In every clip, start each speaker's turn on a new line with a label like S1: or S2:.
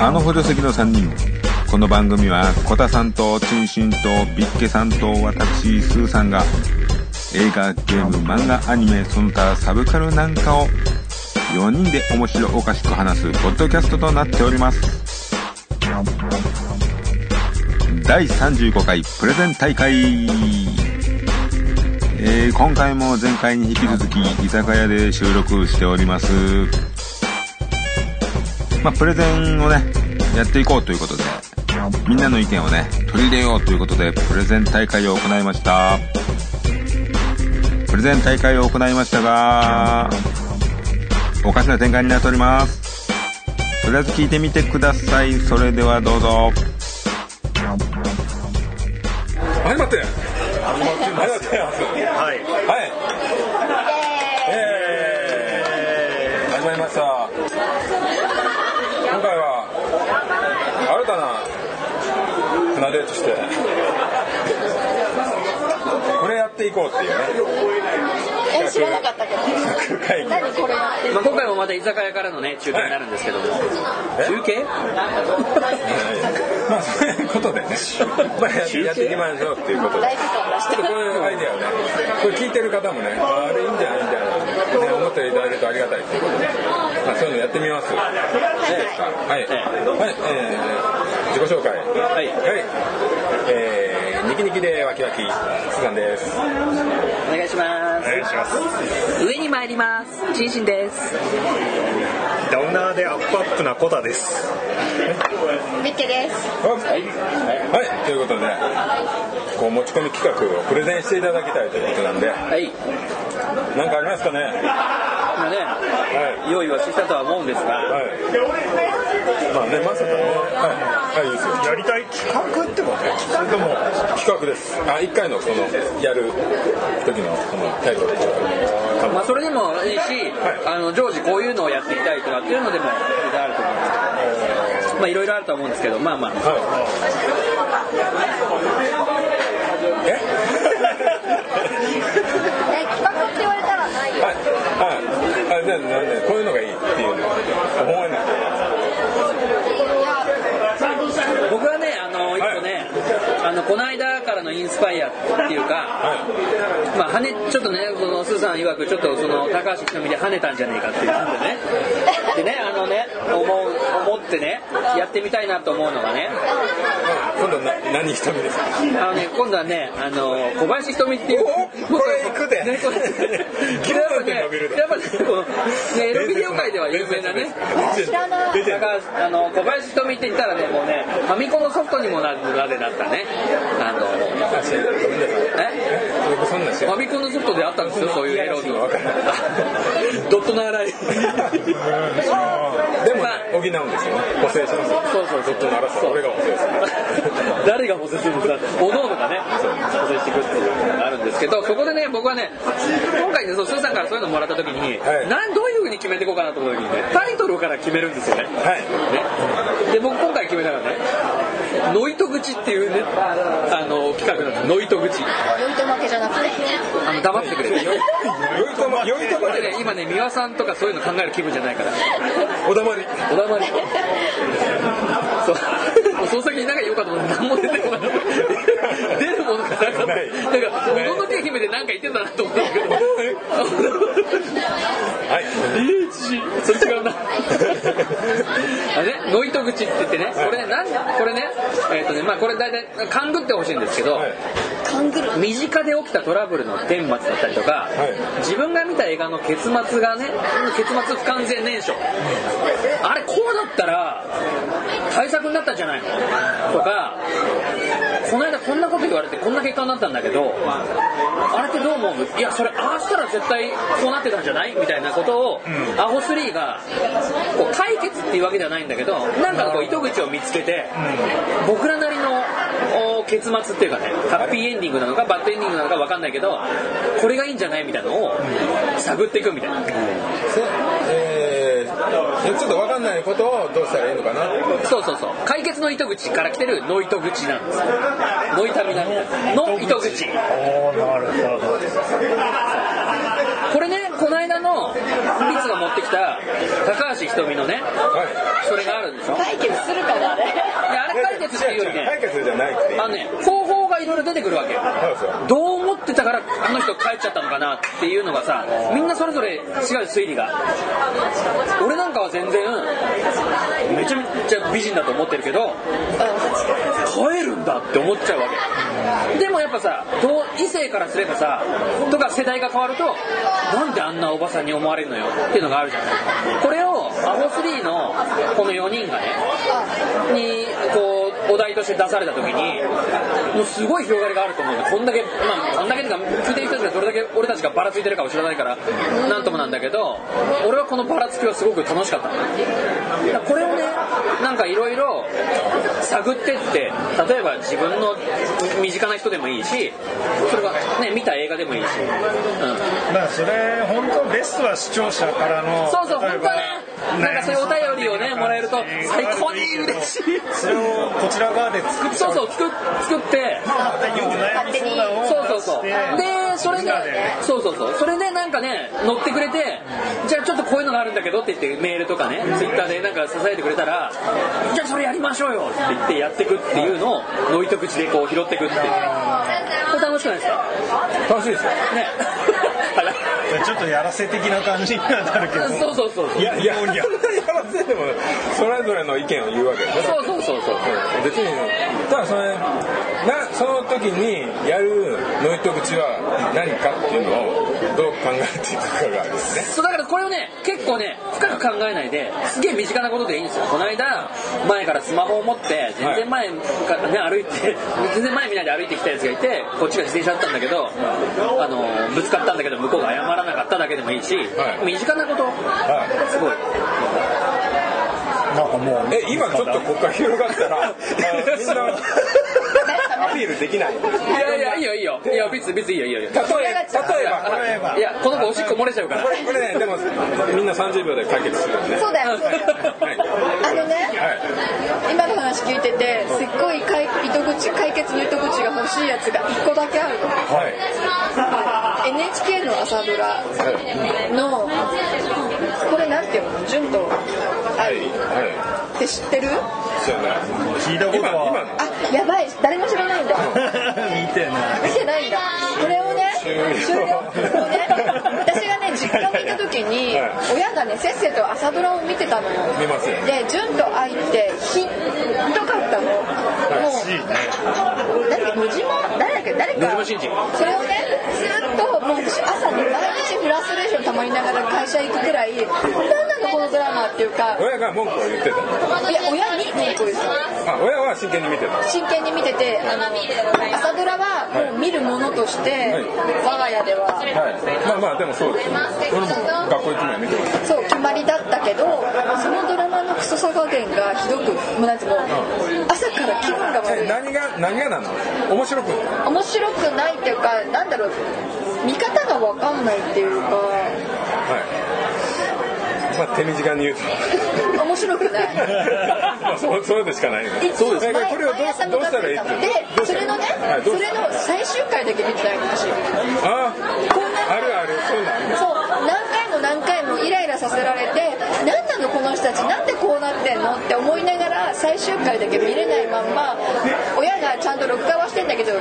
S1: あの補助席の3人この番組はコタさんとチンシンとビッケさんと私スーさんが映画ゲーム漫画アニメその他サブカルなんかを4人で面白おかしく話すポッドキャストとなっております第35回プレゼン大会えー今回も前回に引き続き居酒屋で収録しておりますまあ、プレゼンをね、やっていこうということで、みんなの意見をね、取り入れようということで、プレゼン大会を行いました。プレゼン大会を行いましたが、おかしな展開になっております。とりあえず聞いてみてください。それではどうぞ。
S2: 始まって始まってます
S3: はい。
S2: はいえー始まりました今回は新たな船デートしてこれやっていこうっていうね
S4: え知らなかったけど
S2: 会議
S4: 何これやってる
S3: まあ、今回もまた居酒屋からのね、中継になるんですけども。中継
S2: まあそういうことでね まあやってやっていきましょうっていうことで
S4: 大事感出し
S2: ち
S4: て
S2: ょっと
S4: る
S2: こういうアイデアをね、これ聞いてる方もね、ああれいいんじゃないみたいな、ね、思っていただけるとありがたいということで、まあ、そういうのやってみます。はい、はい、はい、えー、自己紹介。はいはい、えー、ニキニキでワキワキ、スザンです。
S3: お願いします。
S5: 願いします。
S3: 上に参ります。チンシンです。
S5: ダウナーでアップアップなコタです。
S4: ミッケです
S2: はい、はい、ということで、こう持ち込み企画をプレゼンしていただきたいということなんで、
S3: はい。
S2: なんかありますかね。は
S3: まあね、
S2: い。
S3: 用意はしてきたとは思うんですが、
S2: はい。まあね、まさかね。はい、はい、いいですよ。
S5: やりたい企画ってことそれとも、
S2: 企画ですあ一回のそのやる時のこのタイトルとか
S3: まあそれでもいいし、あの、常時こういうのをやっていきたいとかっていうのでも、全然あると思うんですけど。まあいろいろあると思うんですけど、まあまあ、
S2: はいえ
S4: え企画って言われたらないよ
S2: はいはいあじゃあなんでこういうのがいいっていうの思えない
S4: いや
S3: 僕はね、あの、一個ね、あの、この間からのインスパイアっていうか、
S2: は
S3: まあ、跳ねちょっとねそのスーさん曰くちょっとその高橋ひとみで跳ねたんじゃねえかっていうことでねでねあのね思う思ってねやってみたいなと思うのがね
S2: い今度な何瞳ですか
S3: あのね今度はねあの小林ひとみっていう
S2: おこれ行くで
S3: ねこれ
S2: 切れなくて伸びるで
S3: やっぱねこうねエロビデオ界では有名なね
S4: 知らない
S2: 出て
S3: だ
S2: る
S3: からあの小林ひとみって言ったらねもうねファミコンのソフトにもなるまでだったねあの
S2: あ知らないごめんなさい
S3: え
S2: 僕そんなん知ら
S3: フ
S2: な
S3: ァ
S2: い
S3: ミコンのソフトであったんですよ、そういうエロの。ドットの荒い。
S2: でもね
S3: まあ
S2: 補うんですよね補正しますよ
S3: そうそうそう
S2: ずっと鳴らす俺が補正する
S3: 誰が補正するんですかおのおのがね補正していくっていうのがあるんですけどそこでね僕はね今回ねそうスーさんからそういうのもらった時に、
S2: はい
S3: なんどういう風に決めていこうかなと思った時にねタイトルから決めるんですよね
S2: はい
S3: ねで僕今回決めたのはね「ノイト口」っていうねあの企画なんですノイト口
S4: 酔いと負けじゃなくて
S3: あの黙って くれて
S2: 良いとも良いとも
S3: 俺ね今ね三輪さんとかそういうの考える気分じゃないから
S2: お黙り
S3: おだまり。そう。もうその先に何か言おうかと思って何も出てこない。出るものがなかった。
S2: ない
S3: なんか、もののけ姫で何か言ってたなと思ったけど。
S2: はい
S3: リーチそれ違 うな。あれね、ノイト口って言ってね、これね、なんこれね、えっ、とね、まあこれ大体、勘ぐってほしいんですけど、
S2: はい
S4: 勘ぐる
S3: 身近で起きたトラブルの顛末だったりとか、
S2: い
S3: 自分が見た映画の結末がね結末不完全燃焼あれこうだったら対策になったんじゃないのとかこの間こんなこと言われてこんな結果になったんだけどあれってどう思ういやそれああしたら絶対こうなってたんじゃないみたいなことを、アホ3がこう解決っていうわけじゃないんだけどなんかこう糸口を見つけて、僕らなりのお結末っていうかねハッピーエンディングなのかバッドエンディングなのか分かんないけどこれがいいんじゃないみたいなのを探っていくみたいな。
S2: せえーでちょっと分かんないことをどうしたらいいのかな
S3: そうそうそう解決の糸口から来てるノイト口なんですノイタミナの糸口
S5: おなるほど
S3: これねこの間のリツが持ってきた高橋ひとみのね
S2: はい
S3: それがあるんでしょ
S4: 解決するかなあれ
S3: いやあれ解決っていうよりね
S2: 解決じゃないって
S3: あのね方法がいろいろ出てくるわけよ
S2: そうですよ
S3: どう思ってたからあの人帰っちゃったのかなっていうのがさみんなそれぞれ違う推理が俺なんかは全然めちゃめちゃ美人だと思ってるけど帰るんだって思っちゃうわけでもやっぱさ同異性からすればさとか世代が変わるとなんであんなおばさんに思われるのよっていうのがあるじゃないこれをアホ3のこの4人がねにこうお題として出された時にもうすごい広がりがあると思うよこんだけまあこんだけっていうか聞いてる人たちがどれだけ俺たちがばらついてるかを知らないからなんともなんだけど俺はこのばらつきはすごく楽しかっただからこれをねなんかいろいろ探ってって例えば自分の身近な人でもいいしそれがね見た映画でもいいし、
S5: だ
S3: う
S5: からそれ本当ベストは視聴者からの
S3: ん、そうそう
S5: 例え
S3: 本当
S5: ば
S3: はねなんかそういうお便りをねもらえると最高に嬉しい
S5: それをこちら側で作って
S3: そうそう作っ作って
S5: よく悩み相談を
S3: そうそうそう
S5: 出
S3: で
S5: して
S3: それ
S5: みん
S3: で
S5: なで
S3: そうそうそうそれでなんかね乗ってくれてじゃあちょっとこういうのがあるんだけどって言ってメールとかねツイッターでなんか支えてくれたらじゃあそれやりましょうよって言ってやってくっていうのをノイト口でこう拾ってくっていうこれ楽しくないですか
S2: 楽しいですよ
S3: ね
S5: ちょっとやらせ的な感じにはなるけど
S3: そうそうそうそう
S5: いやいやいや
S2: そんなにやらせでもそれぞれの意見を言うわけです
S3: そうそうそうそう
S2: 別にただそれなその時にやるノイト口は何かっていうのをどう考えていくかがですね
S3: そうだからこれをね結構ね深く考えないですげえ身近なことでいいんですよこの間前からスマホを持って全然前からね歩いて全然前見ないで歩いてきたやつがいてこっちが自転車だったんだけどあのぶつかったんだけど向こうが謝らなかっただけでもいいし、
S2: はい
S3: 身近なこと
S2: は
S3: すごい
S5: なんかもう
S2: いえ今ちょっとここから広がったらあのみんなアピールできない
S3: いやいやいいよいいよいや別に別にいいよいいよいいよ
S2: 例え例えばこれ
S3: いやこの子おしっこ漏れちゃうから
S2: こ れこれねでもみんな30秒で解決するんで、ね、
S4: そうだよそうだよ
S2: はい
S4: あのね
S2: はい
S4: 今の話聞いててすっごい解糸口解決の糸口が欲しいやつが1個だけあるの
S2: はい、
S4: NHK の朝ドラのこれなんていうの純と
S2: はい
S4: 愛
S2: は
S4: って知ってるあ
S2: いそうやね
S5: 聞いたこと
S2: 今
S5: は
S2: 今
S4: やばい誰も知らないんだ
S5: 見てない
S4: 見てないんだこれをね終了これをね私がね実家にいた時に
S2: はい
S4: 親がねせっせと朝ドラを見てたのよ
S2: 見ますよ
S4: で純と愛ってひどかったのもう
S5: しいね
S4: だって野島誰だっけ誰か
S3: 野島伸二
S4: それをねずっともう私朝ね毎日フラストレーションたまりながら会社行くくらい何なのこのドラマっていうか
S2: 親が文句を言ってた
S4: いや親に文句ですよ
S2: あ親は真剣に見てた
S4: 真剣に見ててあの朝ドラはもう見るものとして
S2: はい
S4: 我が家では
S2: はい、まあまあでもそうですね俺も学校行く前見てました
S4: そう決まりだったけどそのドラマのクソさ加減がひどくもうなんてもう朝から気分が悪
S2: え
S4: い
S2: 何が何がなの面白く
S4: 面白くないっていうかなんだろう見方が分かんないっていうか
S2: はいまあ手短に言うと
S4: 面白くない
S2: まあそう そうでしかないね
S4: そうです
S2: これをどう
S4: 毎朝
S2: ど
S4: 見
S2: う
S4: た
S2: したらいい
S4: の
S2: って
S4: で
S2: どうし
S4: そ
S2: たらい
S4: れ
S2: い
S4: のね
S2: はい
S4: そ
S2: どうし
S4: れの最終回だけ見てないの私
S2: あ
S4: こんな
S2: あるあるそうなんだ
S4: そう何回も何回もイライラさせられて何なのこの人たちなんでこうなってんのって思いながら最終回だけ見れないまんま親がちゃんと録画はしてんだけど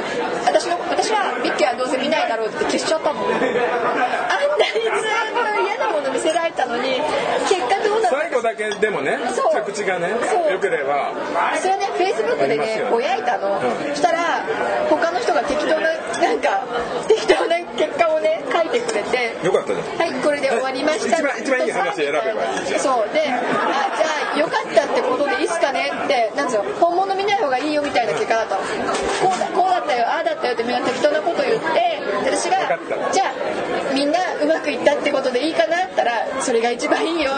S4: 私の私はビッキーはどうせ見ないだろうって消しちゃったもんあんなにずっと嫌なもの見せられたのに結果どうなったか
S2: 最後だけでもね
S4: そう
S2: 着地がね
S4: そう
S2: 良ければ
S4: それねフェイスブックでね親いたの、
S2: うん
S4: したら他の人が適当ななんか適当な結果をね書いてくれて
S2: 良かったじゃん
S4: はいこれで終わりました
S2: 一番一番いい話選べばいいじゃん
S4: そうであじゃあよかったってことでいいっすかねってなんつうの本物見ない方がいいよみたいな結果だったのこうだこうだったよああだったよってみんな適当なこと言ってで私が
S2: かった
S4: じゃあみんなうまくいったってことでいいかなって言ったらそれが一番いいよ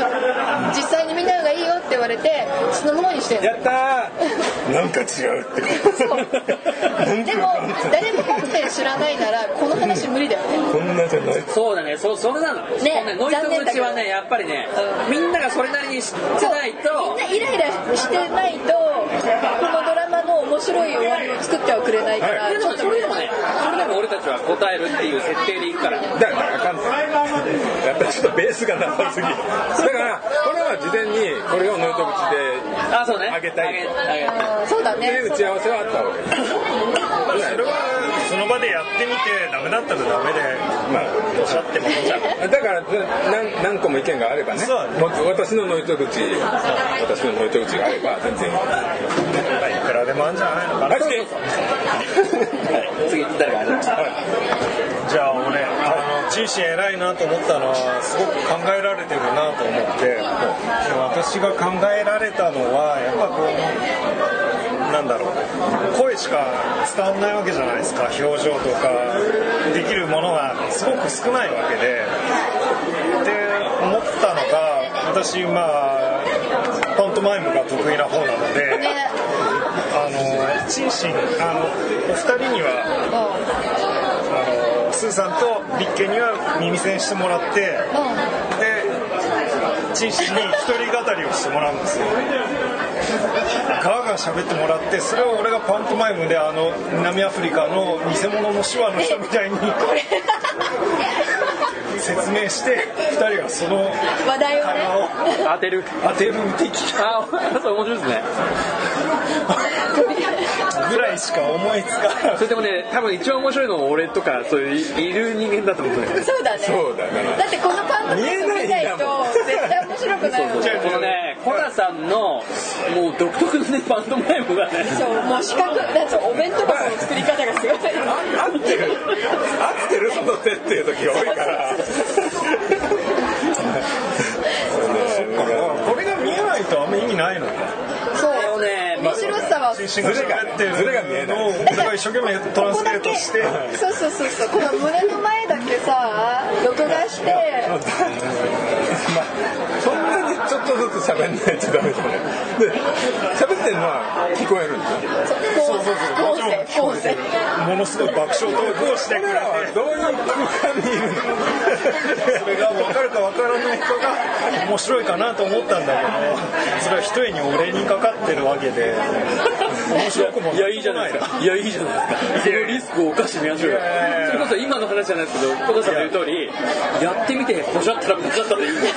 S4: 実際に見ない方がいいよって言われてそのままにしてんの
S2: やったー
S5: なんか違うって
S4: そうでも誰も本編知らないならこの話無理だよね
S5: こんなじゃない
S3: そうだね、そそれなの。そうねノイズ
S4: 残念だけ
S3: 口
S4: ど
S3: はね、やっぱりね、
S4: うん
S3: みんながそれなりに知って
S4: そう
S3: ない
S4: みん
S3: と、
S4: なイライラしてないとこのドラマの面白い終わりを作ってはくれないから、
S3: でもそれでもね、それでも俺たちは答えるっていう設定でいくから。
S2: だからあかんやっぱりちょっとベースが長すぎるだからこれは事前にこれをノイト口で
S3: あ、そうね。
S2: あげたい
S3: あげあげ
S4: そうだね
S2: で打ち合わせはあった方がいい
S5: それはその場でやってみてダメだったらダメでまあおっしゃってもじゃん
S2: だから何何個も意見があればね
S5: そう
S2: もっと私のノイト口私のノイト口があれば全然いい
S5: いくらでもあるんじゃないのかな
S2: はい次
S3: 次、誰かあげる
S5: じゃあ俺、あのチーシン偉いなと思ったのはすごく考えられてるなと思って、でも私が考えられたのはやっぱこうなんだろう声しか伝わんないわけじゃないですか表情とかできるものがすごく少ないわけで。って思ったのが私まあパントマイムが得意な方なので、
S4: ね
S5: あのチーシンあのお二人にはあ
S4: う
S5: のスーさんとビッケには耳栓してもらってで
S4: んうん
S5: チンシに一人語りをしてもらうんですよガーガー喋ってもらってそれを俺がパントマイムであの南アフリカの偽物の手話の人みたいに 説明して二人がその
S4: 話題を
S5: 会話
S4: ね
S5: を
S3: 当てる。
S5: 当てる的
S3: あ、そう面白いですね。
S5: ぐらいしか思いつかない
S3: それでもね、多分一番面白いのは俺とか、そういういる人間だと思うね。
S4: そうだね
S2: そうだね
S4: だってこのパンダ見ないと絶対面白くないもん
S3: このね、コナさんの、もう独特のね、バンドマイムがね、
S4: そうもう四角なんつうのお弁当箱の作り方がすごい
S2: 合ってる合ってるその手っていう時が多いから
S5: これが見えないとあんま意味ないのか
S4: そう
S3: これをね、ま
S4: 面白さは
S5: チンシンが喋ってるのを俺が一生懸命トラン
S4: こ
S5: ス
S4: こ
S5: レ
S4: だ
S5: ート
S4: け
S5: して
S4: そうそうそうそうこの胸の前だけさ録画して
S2: そんなにちょっとずつ喋んないとダメじゃないで喋ってるのは聞こえるんですよ
S4: そうそうそうそう音声音声
S5: ものすごい爆笑トークをしてくれ
S2: 俺らは
S5: て
S2: どういう空間にいるの
S5: それが分かるか分からないかが面白いかなと思ったんだけどそれは一重に俺にかかってるわけで面白くも
S3: いや、いいじゃないですか。いや、いいじゃないですか。そのリスクを犯してみましょうよ。それこそ今の話じゃないですけど、コナさんの言う通り、やってみて、ポシャったらポシャったでいいんですよ。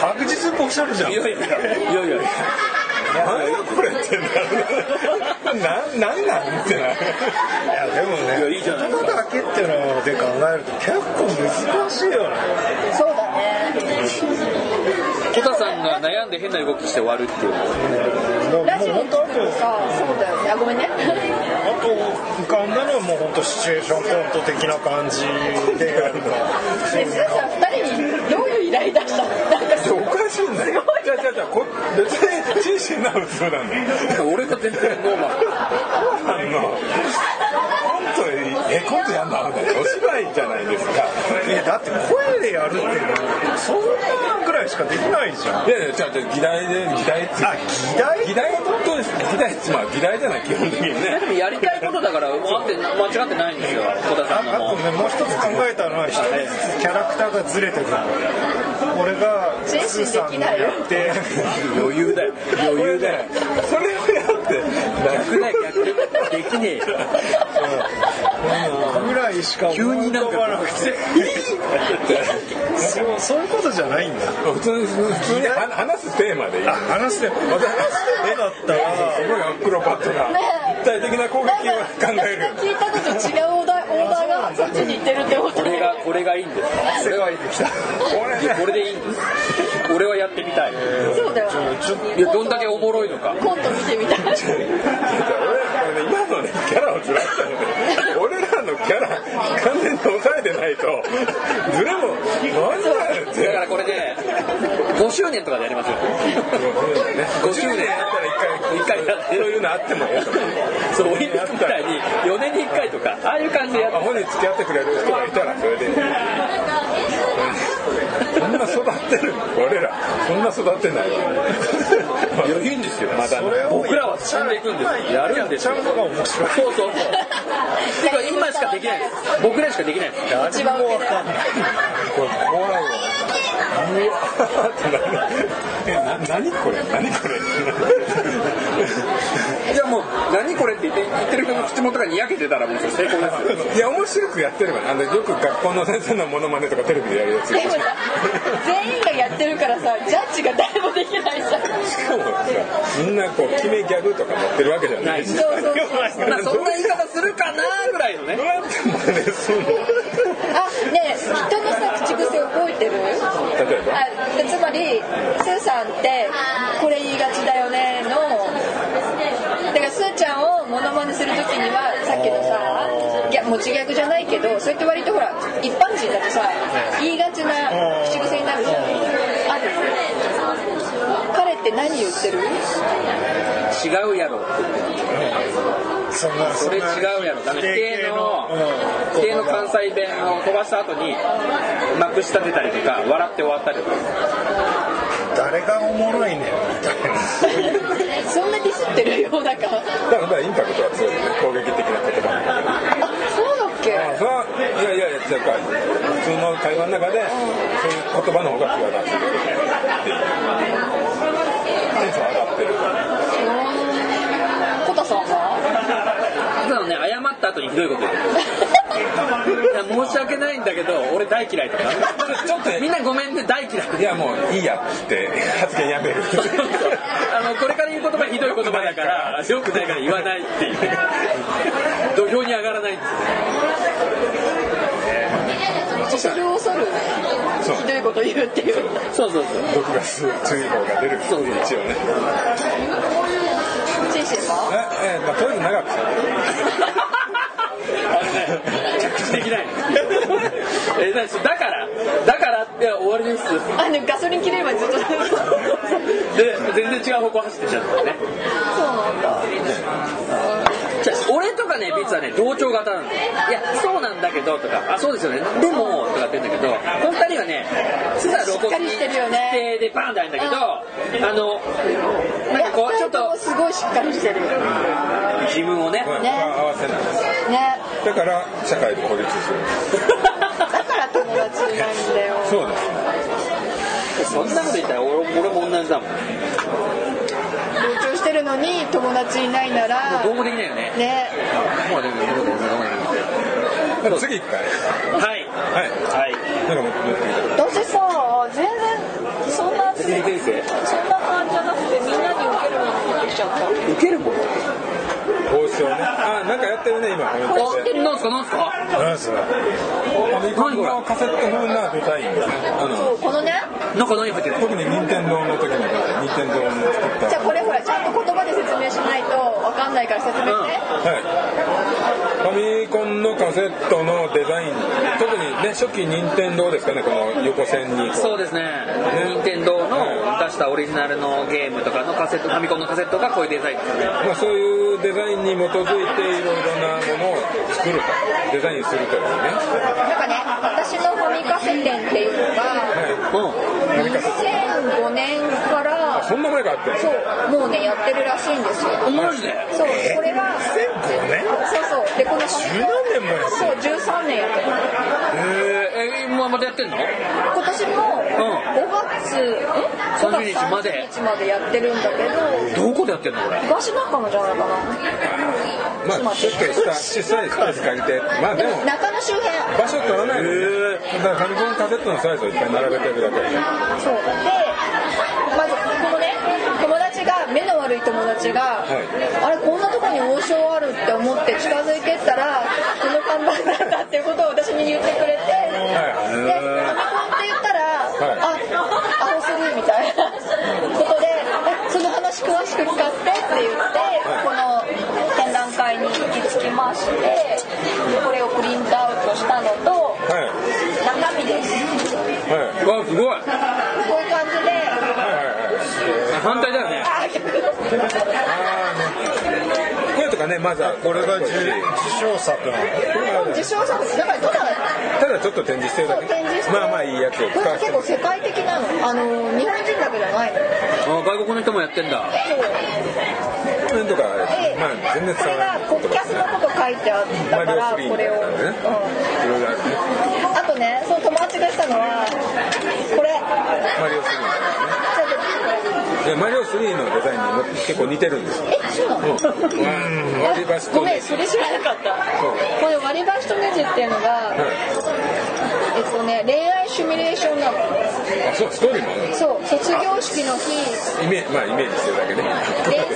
S5: 確実にポシャるじゃん
S3: いやいや、いやいや。
S2: なんだこれってなるななんなんってなる
S5: いやでもね
S3: いやいいじゃないで
S5: 言
S3: す
S5: 葉だけっていうので考えると結構難しいよね
S4: そうだね
S3: コタさんが悩んで変な動きして終わるっていう。
S5: だ
S4: ラ
S5: か
S4: ジ
S5: ら
S4: オ
S5: もう本
S4: 聞く
S5: 当あ
S4: の
S5: と
S4: さそうだよねあごめんね
S5: あと浮かんだのはもう本当シチュエーションコント的な感じでやるか
S4: でスーさん二人にどういう依頼出したのなんかすご
S2: お
S4: い
S2: かしいんだよじゃあじゃあじゃあこ別に真摯なのそうなんだよ
S3: 俺と全然ノーマル。
S2: あのコントえコントやんのみたいなお芝居じゃないですか
S5: いやだって声でやるっていうのはそんなぐらいしかできないじゃん
S2: いやいやじゃあじゃあ議題で議題っつう
S5: あ議題
S2: 議題と議題っつまあ議題じゃない基本的にね
S3: でもやりたいことだから、もうあって、間違ってないんですよ、コタさんの
S5: あ
S3: も
S5: と。ねもう一つ考えたのは一人ずつキャラクターがずれてくる俺が
S4: 全身
S5: スーさんがやって
S2: 余裕だよ余裕だよそれをやって
S3: 逆だよ、逆。できねえよ。
S5: ぐらいしか思い
S3: 急になん
S5: 浮かばな
S3: か
S5: く、てそうそういうことじゃないんだ
S2: 普通に普通に話話すテーマでいい
S5: あ話してまた話して絵だった
S2: す
S5: ら
S2: ごいアクロバットが立体的な攻撃
S4: なん
S2: を
S4: か
S2: 考えるよ
S4: 私が聞いたのと違うオーダーオーダーがそっちに行ってるってこと
S3: これが、これがいいんです。これはいいです。
S2: 俺ね
S3: これでいいんです。俺はやってみたい。
S4: そうだよ
S3: いや、どんだけおもろいのか。
S4: コント見てみたい
S2: 俺ね今のねキャラをずらしたので俺らのキャラ完全に抑えてないとずれも何だよっ
S3: だ
S2: て
S3: からこれね、5周年とかでやりますよ。
S2: 5
S3: 5周年
S2: やったら一回
S3: 一回やって
S2: そういうのあってもいいと思う
S3: そう、オリンピックみたいに、4年に1回とか、ああいう感じでやっ
S2: あ本に付き合ってくれる人がいたらそれでいいそんな育ってる俺らそんな育ってない余裕ですよまだ
S5: それを
S3: 僕らは進んでいくんですやるんです
S5: ちゃんとが面白い
S3: そうそうそうてか今しかできないです僕らしかできないです
S5: 何
S4: 一番
S5: も
S4: 受
S5: わ
S4: け
S5: かんないこれコーラを
S2: うわーってなるえな何これ何これ
S3: いやもう何これって言って言ってる人の口元がにやけてたらもうそれ成功ですよ
S2: いや面白くやってればねあのよく学校の先生のモノマネとかテレビでやるやつ
S4: でもさ全員がやってるからさジャッジが誰もできないじゃん
S2: しかもさ みんなこう決めギャグとか持ってるわけじゃないし
S4: そうそ
S2: そ
S4: う
S2: う
S3: まあ そんな言い方するかなぐらいのね
S2: どうやって真似すんの
S4: あねえ人のさ口癖覚えてる
S2: 例えば
S4: あつまりスーさんってこれ言いがちだよねのだからスーちゃんをモノマネする時にはさっきのさいや持ち逆じゃないけどそれって割とほら一般人だとさ言いがちな口癖になるじゃんある彼って何言 ってる
S3: 違うやろ
S5: そんな
S3: それ違うやろだね否定の否定の関西弁を飛ばした後にまくし立てたりとか笑って終わったりとか
S5: 誰がおもろいねんみたいな
S4: そんなディスってるよだ
S2: だ
S4: から
S2: からインパクトは強いよね攻撃的な言葉なんだけど
S4: あそうだっけ
S2: それはいやいやいやなんか普通の会話の中でそういう言葉の方が際立つっていうテンション上がってる
S4: コタさんは
S3: ただね謝った後にひどいこと言ういや申し訳ないんだけど俺大嫌いとか
S2: ちょっとね
S3: みんなごめんね大 嫌い
S2: いやもういいやって発言やめる
S3: あのこれから言う言葉ひどい言葉だからよくないから言わないっていう土俵に上がらないっていう
S4: 卒業を恐る
S2: そう
S4: ひどいこと言うっていう
S3: そうそうそう
S2: 毒ガス注意報が出るっていう一応ね
S4: チンシンさん
S2: ええまあとりあえず長く
S3: 着地できないえだだからだからって終わりです
S4: あのガソリン切れるまでずっとそ
S3: で全然違う方向走ってきちゃったね
S4: うなんだ
S3: じゃあ俺とかねビッツはね同調型なのいやそうなんだけどとかあそうですよねでもとかって言うんだけどこの二人はね素直露
S4: しっか
S3: 骨
S4: り
S3: に
S4: してるよね
S3: 否定でバーンってあるんだけどあのなんかこうちょっ
S4: いや二人も
S3: と
S4: すごいしっかりしてるね
S3: 自分をね
S2: まあ合わせないだから社会で孤立する
S4: だから友達いないんだよ
S2: そうです
S3: そんなこと言ったら俺俺も同じだもん
S4: 同調してるのに友達いないな ら
S3: どうもできないよね
S4: ね
S3: もうでもでもでもでも
S2: だから次一回
S3: はい
S2: はい
S3: はい
S2: なんかもう持ってきた
S4: 私さ全然そんなそんな
S3: 先生
S4: 感じじゃなくてみんなに受けるものにできちゃった
S3: 受けるもん
S2: 帽子をねあなんかやってるね今コメントして
S3: おなんすかなんすか
S5: 何それ
S2: これはカセット風なデザインですねあの
S4: そうこのね
S3: なんか何入ってる
S2: 特に任天堂の時の任天堂の作った
S4: じゃあこれほらちゃんと言葉で説明しないとわかんないから説明して、
S2: はい、ファミコンのカセットのデザイン特にね初期任天堂ですかねこの横線にこ
S3: そうですね任天堂の出したオリジナルのゲームとかのカセットファミコンのカセットがこういうデザインですよね
S2: うまあ、そういうデザインに基づいていろいろなものを作るとデザインするというね
S4: なんかね私のファミカセ店っていうのが
S3: う
S4: 2005年から
S2: そんな前からあって
S4: そうもうねやってるらしいんですよ
S3: んマジで
S4: そうこれは
S5: 2005年
S4: そうそうでこのファ
S5: 10
S4: ミ
S5: 年もやって
S4: そう13年やってる
S3: えー、えー、ままたやってんの
S4: 今年も5月、ん
S3: 30日まで
S4: 5月30日までやってるんだけど
S3: どこでやってんのこれ
S4: 東中野じゃないか
S2: まあちょっとした小さいスペース借りてまあ
S4: なで
S2: で
S4: も
S2: も
S4: 中野周辺
S2: 場所取らないのねだからファミコンカセットのサイズをいっぱい並べてるだけで
S4: そうでまずこのね友達が目の悪い友達が、
S2: い
S4: あれこんなとこに王将あるって思って近づいてったらこの看板なんだっていうことを私に言ってく
S2: い
S4: れて、でファミコンって言ったら、あアホするみたいなことでえその話詳しく聞かせてって言って、この展覧会に行き着きましてこれをプリントアウトしたのと
S2: はい
S4: 中身です。
S2: はい
S3: わす
S4: こう
S3: ごい
S4: いう感じで
S2: はいはいはい
S3: 反対だよね
S4: あ逆
S2: あーねこれ匂いとかねまずは
S5: これが受賞作なの
S4: 本受賞作だからただ
S2: ただちょっと展示してるだ
S4: そう
S2: け
S4: 展示して
S2: まあまあいいやつを
S4: こ
S2: 使
S4: れ
S2: わせて
S4: 結構世界的なのあの日本人だけじゃないの
S3: あ外国の人もやってんだ
S4: そう
S2: うんとか
S4: で
S2: まあ全然伝
S4: こ
S2: わ
S4: れ
S2: らない
S4: が国
S2: こと
S4: キ
S2: か
S4: ャスのこと書いてあっ
S2: ま
S4: たか
S2: あ両
S4: ら
S2: スリー
S4: これを、
S2: みたいなねい
S4: うん
S2: ろいろあるね
S4: あとねその友達がしたのはこれ
S2: マリオ3いやマリオ3のデザインにも結構似てるんですよ
S4: えそうなの
S2: 割り箸
S4: ご
S2: と
S4: め
S2: ネ
S4: ん
S2: ジ
S4: それ知らなかったこれ割り箸とネジっていうのが、えっとね恋愛シミュレーションなの
S2: あそうストーリーもある
S4: そう卒業式の日
S2: イメージまあイメージしてるだけね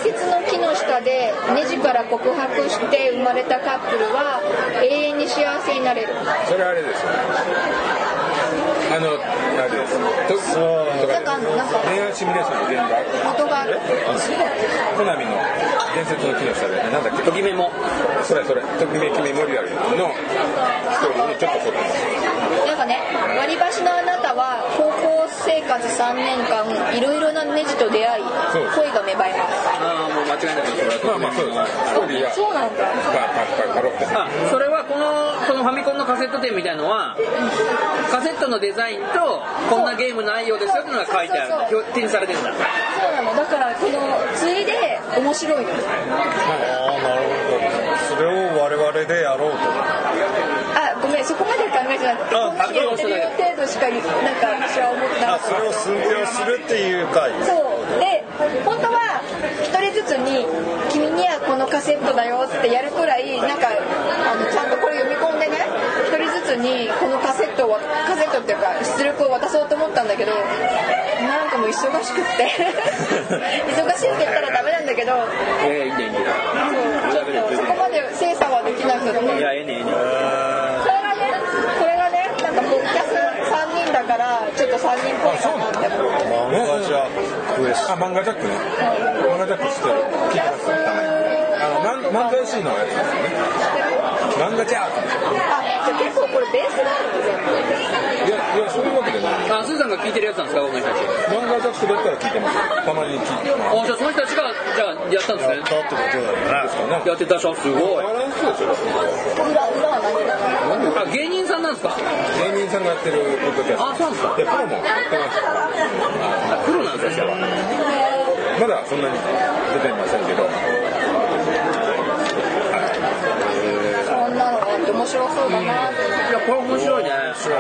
S4: 伝説の木の下でネジから告白して生まれたカップルは永遠に幸せになれる
S2: それあれですよねあのあれですとと
S4: な
S2: か
S4: ん
S2: で
S4: かあのなんか
S2: 恋愛シミュレーションの現場
S4: 元がある
S2: コナミの伝説の木の下でなんだっけ
S3: ときめも
S2: それそれときめきメモリアルのストーリーにちょっとそうです
S4: なんかね割り箸のあなたは高校生活3年間いろいろなネジと出会い
S2: そう
S4: 恋が芽生えます
S3: ああもう間違いなくそれは
S2: まあまあそうですストーリーが
S4: そうなんだ
S2: パッパッパッパロって
S3: あそれはこのそのファミコンのカセット店みたいのはカセットのデザインとこんなゲームないようですよっていうのが書いてあるんだ
S4: そ
S3: 表示されてるんだ
S4: そうなのだからこのついで面白いの
S5: ああなるほどそれを我々でやろう
S4: あごめんそこまで考えてなくてこんなにやってるよ程度しかなんか私は思って
S5: とあ
S4: なかっ
S5: それ
S4: た
S5: を寸評するっていう回
S4: そうで本当は一人ずつに「君にはこのカセットだよ」ってやるくらいなんかあのちゃんとこれ読み込んでね一人ずつにこのカセットをわカセットっていうか出力を渡そうと思ったんだけどなんかもう忙しくって忙しいって言ったらダメなんだけど
S3: いやいやいいんだいいんだ
S4: そうちょっとそこまで精査はできなくて。
S3: いやええねええね
S4: これがね、これがね、なんかポッキャス三人だから、ちょっと三人っぽいかなって思
S5: 漫
S4: う。
S5: 画じゃクエス
S2: あ漫画ジャックね漫画ジャック知ってる聞いてますたまにあの漫漫才師のやつですよね漫画ジャッ
S4: あ、じゃあ結構これベースなんですよ。
S2: クいやいやそういうわけじゃない
S3: あスーさんが聞いてるやつなんですかごめんなさい
S2: 漫画ジャックだったら聞いてますたまに聞いてます
S3: あじゃあその人たちがじゃあやったんで
S5: や
S3: すね
S5: ったってことだよね
S3: やってたっしょすごい
S2: 笑う人でし
S4: 裏、裏は何だろう。
S3: あ芸人さんなんですか
S2: ょ芸人さんがやってるポッドキャスト
S3: あそうなんですか
S2: でプロもやってます
S3: あ黒なんですか
S2: まだそんなに出てませんけど
S4: そんなのがあって面白そうだなって。
S3: いやこれ面白いね
S4: これ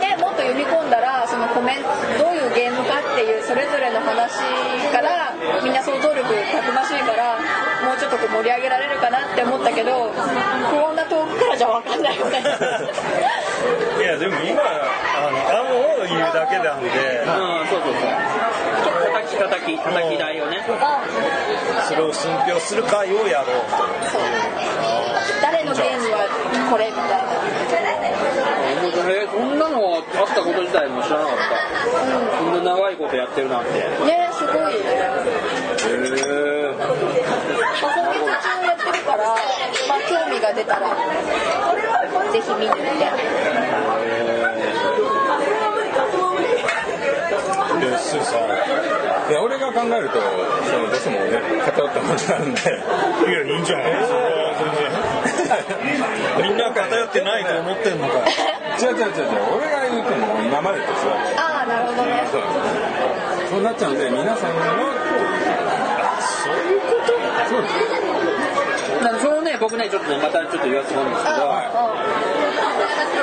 S4: ね、もっと読み込んだら、そのコメント、どういうゲームかっていうそれぞれの話から、みんな想像力たくましいから、もうちょっとこう盛り上げられるかなって思ったけど、こんな遠くからじゃわかんないよ ね。
S5: いやでも今あの案を言うだけなんで
S3: うんそうそうそう叩き叩き叩き台をね
S4: あ
S5: それを寸評する回をやろう
S4: そう誰のゲームはこれみたいな
S3: えーこんなのあったこと自体も知らなかったこんな長いことやってるなんてへ
S4: ねすごい遊び
S3: え
S4: 途中やってるから、まあ、興味が出たらぜひ見に行って
S5: とでスーさん
S2: いや俺が考えるとそのどうしてもね偏ったもんなんで
S5: いやいいんじゃない みんな偏ってないと思ってんのか
S2: 違う違う違う違う俺が言うても今までと違う
S4: ああなるほどね
S2: そうなんですそうなっちゃうんで皆さんのそういうことそうです
S3: そのね僕ねちょっとねまたちょっと言わせてもらうんです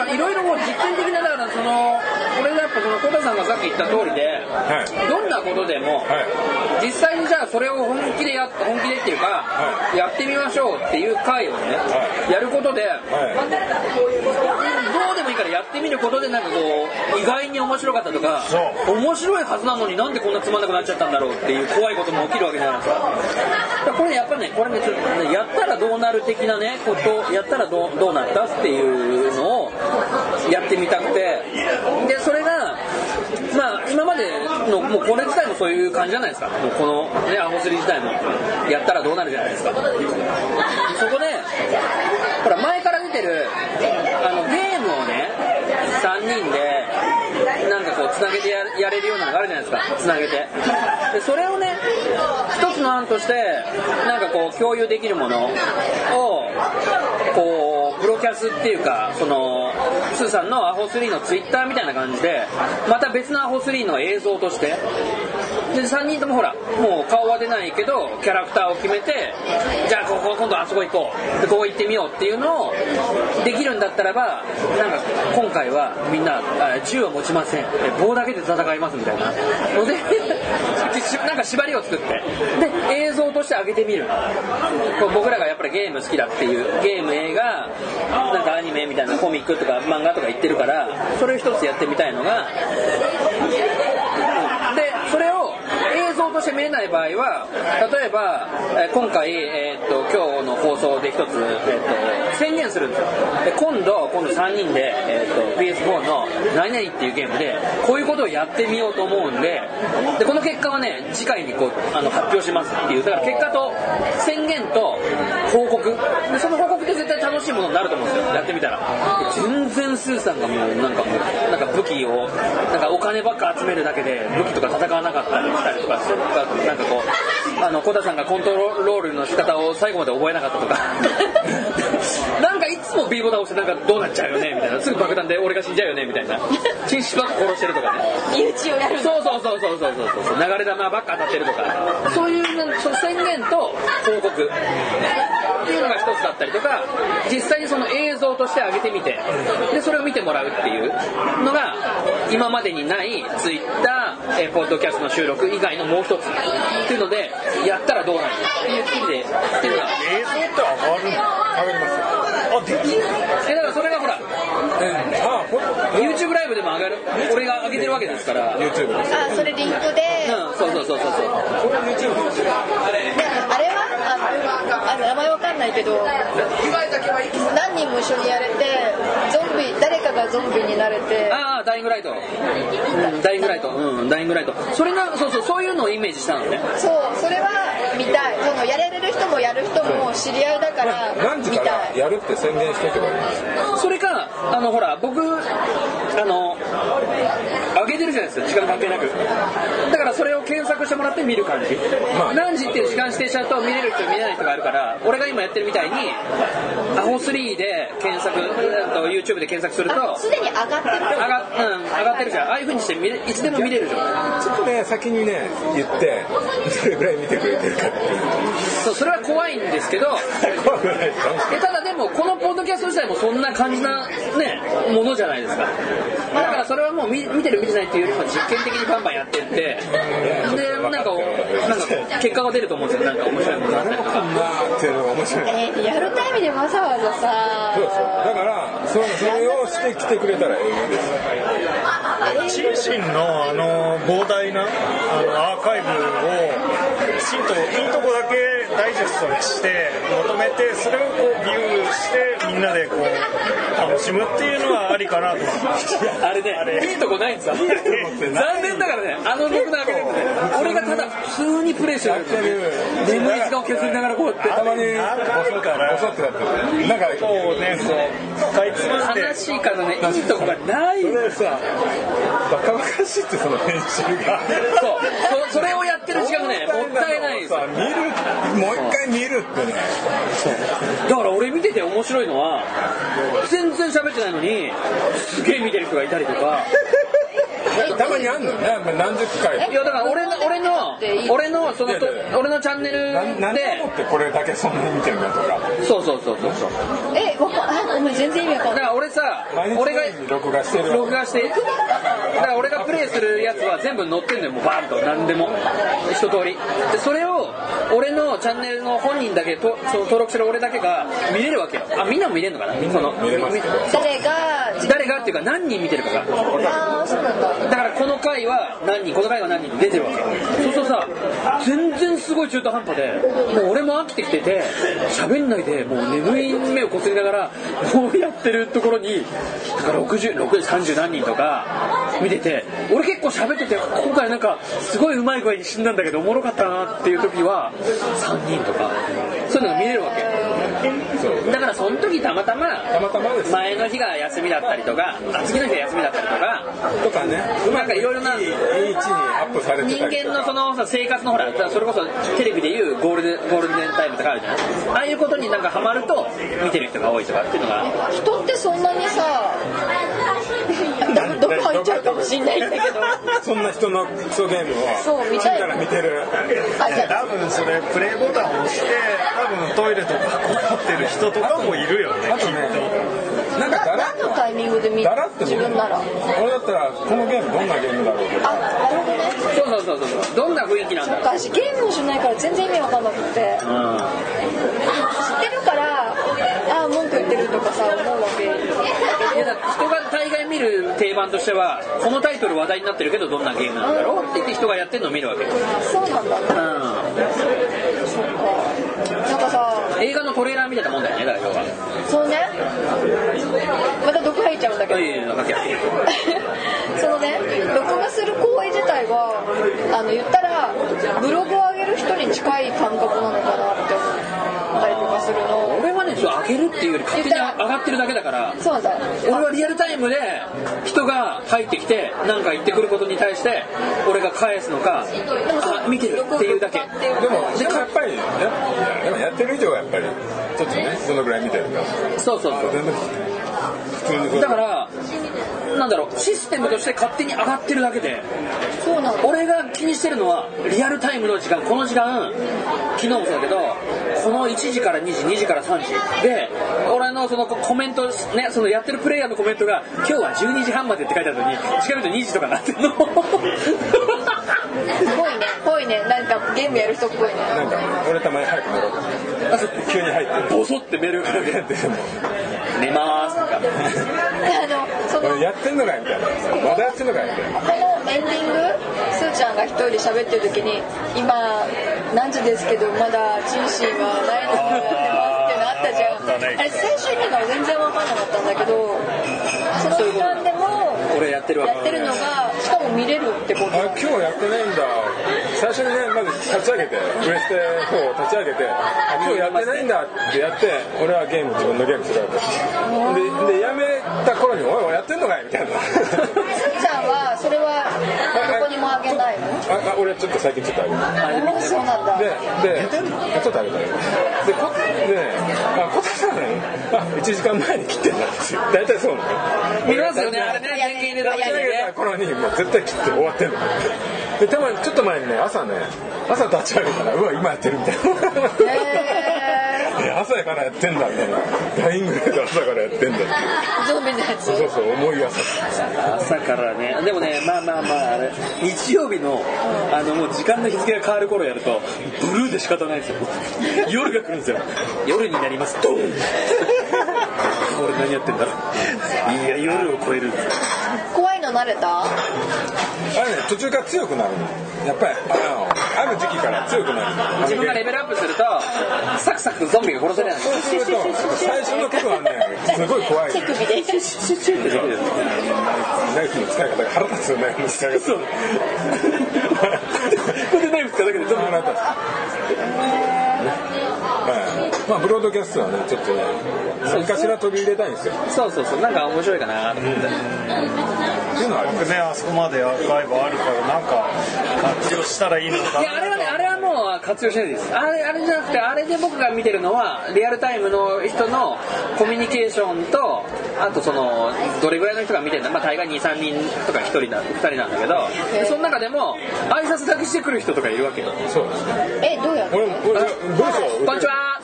S3: けどいろいろもう実験的なだからそのこれがやっぱそのコタさんがさっき言った通りで
S2: はい
S3: どんなことでも
S2: はい
S3: 実際にじゃあそれを本気でやっ本気でっていうか、
S2: は
S3: やってみましょうっていう回をね、やることで、
S2: はい
S3: どうでもいいからやってみることでなんかこう意外に面白かったとか
S5: そ
S3: 面白いはずなのになんでこんなつまんなくなっちゃったんだろうっていう怖いことも起きるわけじゃないですかだからこれねやっぱねこれねちょっとねやったらどうなる的なねことやったらどうどうなったっていうのをやってみたくてでそれがまあ今までのもうこれ自体もそういう感じじゃないですかもうこのねアホスリ自体もやったらどうなるじゃないですかそこでほら前から出てるあのゲームをね3人でなんかこうつなげてややれるようなのがあるじゃないですかつなげてでそれをね一つの案としてなんかこう共有できるものをこうプロキャスっていうかそのスーさんのアホ3のツイッターみたいな感じでまた別のアホ3の映像としてで3人ともほらもう顔は出ないけどキャラクターを決めてじゃあここ今度あそこ行こうでここ行ってみようっていうのをできるんだったらばなんか今回はみんなあ銃は持ちませんえ棒だけで戦いますみたいなので しなんか縛りを作ってで映像として上げてみるこう僕らがやっぱりゲーム好きだっていうゲーム映画なんかアニメみたいなコミックとか漫画とか言ってるからそれを一つやってみたいのがでそれを映像として見れない場合は例えば、えー今回、えーっと今日の放送で一つ、えーっと宣言するんですよで今度今度3人で、えーっと PS4 の「何々」っていうゲームでこういうことをやってみようと思うんででこの結果はね次回にこうあの発表しますっていうだから結果と宣言と報告でその報告って絶対楽しいものになると思うんですよやってみたら全然スーさんがもうなんかもうなんか武器をなんかお金ばっか集めるだけで武器とか戦わなかったりしたりとかなんかこうあの小田さんがコントロールの仕方を最後まで覚えなかったとか なんかいつも B ボタン押してなんかどうなっちゃうよねみたいなすぐ爆弾で俺が死んじゃうよねみたいな禁止ばっか殺してるとかね
S4: 身内をやる
S3: そうそうそうそうそうそうそう流れ玉ばっか当たってるとかそういうなんその宣言と報告っていうのが一つだったりとか実際にその映像として上げてみてでそれを見てもらうっていうのが今までにないツイッターえーポッドキャストの収録以外のもう一つっていうのでやったらどうなるっていう意味でっていうのが
S5: 映像って上がるの
S2: 上がりますよ
S5: あできる
S3: えだからそれがほら
S2: えあこれ
S3: YouTube ライブでも上がる俺が上げてるわけですから
S2: YouTube です
S4: あそれリンクで
S3: うんそうそうそうそうそう
S2: これ YouTube ですよ
S4: あれはあのあの名前わかんないけど何人も一緒にやれてゾンビ誰かがゾンビになれて
S3: ああダイイングライト、うん、ダイイングライトうんダイイングライトそれなそうそうそういうのをイメージしたのね
S4: そうそれは見たいそのやれる人もやる人も知り合いだから
S2: 何時
S4: 見
S2: か
S4: た
S2: ら
S4: い
S2: やるって宣言しとけばいいんですよ
S3: それかあのほら僕あの上げてるじゃないですか時間関係なくだからそれを検索してもらって見る感じ、
S2: まあ
S3: 何時っていう時間指定しちゃうと見れる人見れない人があるから俺が今やってるみたいにアホ3で検索あと YouTube で検索すると
S4: あすでに上がってる
S3: 上が,、うん、上がってるじゃんああいう風にして見れいつでも見れるじゃん
S2: そこで先にね言ってどれぐらい見てくれてる かっていう
S3: そうそれは怖いんですけど
S2: 怖くないですか
S3: えただでもこのポッドキャスト自体もそんな感じな、ね、ものじゃないですかだからそれはもう見見てる見てないっていうよりも実験的にバンバンやってってでなんかなんか結果が出ると思うんですよなんか面白いものが
S2: 誰もこんなっていうのが面白い
S4: えー、リアルタイムでわざわざ
S2: そうですよだ
S4: さ
S2: からそそれをしてきてくれたらいいですよ
S5: チンシンのあの膨大なあのアーカイブをきちんといいとこだけダイジェストにしてまとめてそれをこうビューしてみんなでこう楽しむっていうのはありかなと思って
S3: あれねいいとこないんですよ残念だからねあの僕の開けてるね俺がただ普通にプレイしてる眠い時間を削りながらこうやって
S2: たまに
S5: だ から
S2: 遅くなってるなんか
S5: こうねそう使いつまんで
S3: 悲しいからねいいとこがない
S2: それさバカバカしいってその編集が
S3: そうそそれをやってる時間がねもったいないんですよ
S2: さ見るもう一回見るってね
S3: だから俺見てて面白いのは全然喋ってないのにすげえ見てる人がいたりとか
S2: たまにあんのよねやっぱ何十回
S3: いやだから俺の俺の俺のそのと俺のチャンネル
S2: 何何を
S3: で
S2: もってこれだけそんなに見てるんだとか
S3: そうそうそうそうそう
S4: えわかあごめん全然意味わか
S3: だ
S4: ん
S3: か
S4: ない
S3: ら俺さ
S2: 毎日の
S3: 俺が
S2: ように録画してる
S3: 録画してだから俺がプレイするやつは全部載ってんのよもうバーンと何でも一通りでそれを俺のチャンネルの本人だけとその登録してる俺だけが見れるわけよあみんなも見れるのかなその
S2: 見れますけど
S4: 誰が
S3: 誰がっていうか何人見てるかが
S4: あーそうなんだ
S3: だからこの回は何人この回は何人出てるわけそうするとさ全然すごい中途半端でもう俺も飽きてきてて喋んないでもう眠い目をこすりながらこうやってるところにだから60 60 30何人とか見てて俺結構喋ってて今回なんかすごいうまい具合に死んだんだけどおもろかったなっていう時は3人とかそういうのが見れるわけ
S2: そうね
S3: だからその時たまたま
S2: たまたまです
S3: 前の日が休みだったりとかあ次の日が休みだったりとか
S2: とかね
S3: うまくいろいろない
S2: いい位置にアップされて
S3: 人
S2: たりと
S3: 間
S2: か
S3: のそのさ生活のほらそれこそテレビでいうゴールデンゴールデンタイムとかあるじゃないああいうことになんかハマると見てる人が多いとかっていうのが
S4: 人ってそんなに さだどこ入っちゃうかもしんないんだけど
S2: そんな人のクソゲームを
S4: そう見たい
S2: から見てる
S4: あ
S5: い
S4: じ
S5: や
S4: ゃ
S5: 多分それプレイボタンを押して多分トイレとか困ってる人とかもいるよね
S2: あ
S5: きっ
S2: とね
S5: と。
S2: なんか
S4: あ
S2: だら
S4: 何のタイミングで見る
S2: だらっと見
S4: 自
S2: る
S4: 分なら
S2: 俺だったらこのゲームどんなゲームだろう
S4: あなるほどね
S3: そうそうそうそうどんな雰囲気なん
S4: そ
S3: だ
S4: っ
S3: ろう
S4: か私ゲームをしないから全然意味わかんなくて知ってるからああ文句言ってるとかさ思うわけ
S3: いやだから人が大概見る定番としてはこのタイトル話題になってるけどどんなゲームなんだろうって言って人がやってるのを見るわけう
S4: そうなんだね
S3: ん
S4: そっかなんかさ
S3: 映画のトレーラーみたいなもんだよね代表は
S4: そうねまた毒入っちゃうんだけど
S3: いやいやなんか
S4: そのね録画する行為自体はあの言ったらブログを上げる人に近い感覚なのかなって思ったりとかするの
S3: 俺はねちょっと上げるっていうより勝手に上がってるだけだから
S4: そうなんだ
S3: 俺はリアルタイムで人が入ってきて何か言ってくることに対して俺が返すのか
S4: でもそう
S3: あ見てるっていうだけ
S4: 録画っていう
S2: でもでもやっぱりやでもやってる以上はやっぱりちょっとねどのぐらい見てるか
S3: そうそう
S2: あ
S3: そ
S2: 全然普通にそう
S3: だからなんだろうシステムとして勝手に上がってるだけで
S4: そうなんだ
S3: 俺が気にしてるのはリアルタイムの時間この時間昨日もそうだけどこの1時から2時2時から3時で俺のそのコメントねそのやってるプレイヤーのコメントが今日は12時半までって書いてあるのに時間見ると2時とかなってるの
S4: すごいねぽいねなんかゲームやる人っぽいね
S2: なんか俺たまに早く乗ろうと
S3: あそう
S2: 急に入って
S3: ボソってメールが来て寝まーす とか
S4: あのその
S2: 俺やってんのかいみたいなまだやってんのかいみたいな
S4: このエンディングすーちゃんが一人で喋ってる時に今何時ですけどまだチンシーはないのにやってますっていうのあったじゃんあれ最初意味が全然分かんなかったんだけどその時間でも
S3: 俺やってるわ
S4: やってるのがしかも見れるってこと
S2: あ今日やってないんだ最初にねまず立ち上げてプレステ4を立ち上げてあ今日やってないんだってやって俺はゲーム自分のゲームするわけででやめた頃に「おいおいやってんのかい?」みたいな
S4: すーちゃんはそれは どこにもあげないの
S2: ああ俺ちょっと最近ちょっとあげる
S4: ああそうなんだ
S2: で、で、ちょっとあげたよ。で、こ、で、あ、こたさん、あ、1時間前に切ってんだって。大体そうなの。
S3: 見ますよねあれね電源入れた時に
S2: 切り上げ
S3: ね
S2: た頃に、もう絶対切って終わってんの。で、たまに、ちょっと前にね、朝ね、朝立ち上げたら、うわ、今やってるみたいな。
S4: へ
S2: え 朝からやってんだみたいな。ライングレード朝からやってんだって。
S4: ーゾンビの やつ
S2: そうそう、重い朝。
S3: 朝からねでもねまあまあまああれ日曜日のあのもう時間の日付が変わる頃やるとブルーで仕方ないんですよ夜が来るんですよ夜になりますドン俺何やってんだろういや夜を超える
S4: 怖いの慣れた
S2: あれね、途中から強くなるの。やっぱり、あの、ある時期から強くなるの。
S3: 自分がレベルアップするとサクサクとゾンビが殺せるようにな
S2: そうすると、最初の頃はね、すごい怖いの
S4: 手。首で
S3: るんですよ
S2: ナイフの使い方が腹立つよ、ナイフの使い方。
S3: そ うこれでナイフ使うだけでゾンビ
S2: まあ、まあ、ブロードキャストはね、ちょっとね、何かしら取り入れたいんですよ。
S3: そうそうそうなんか面白いかなと思って
S2: っていうのはありま
S5: 僕
S2: す。
S5: ねあそこまでアーカイブあるからなんか活用したらいいのか
S3: いやあれはねあれはもう活用しないですあれあれじゃなくてあれで僕が見てるのはリアルタイムの人のコミュニケーションとあとそのどれぐらいの人が見てるんだまあ大概23人とか1人な2人なんだけどでその中でも挨拶だけしてくる人とかいるわけよ
S2: そうですね。
S4: えどうやる
S2: 俺も、俺、文章
S3: 「こんにち
S2: を。
S3: は!」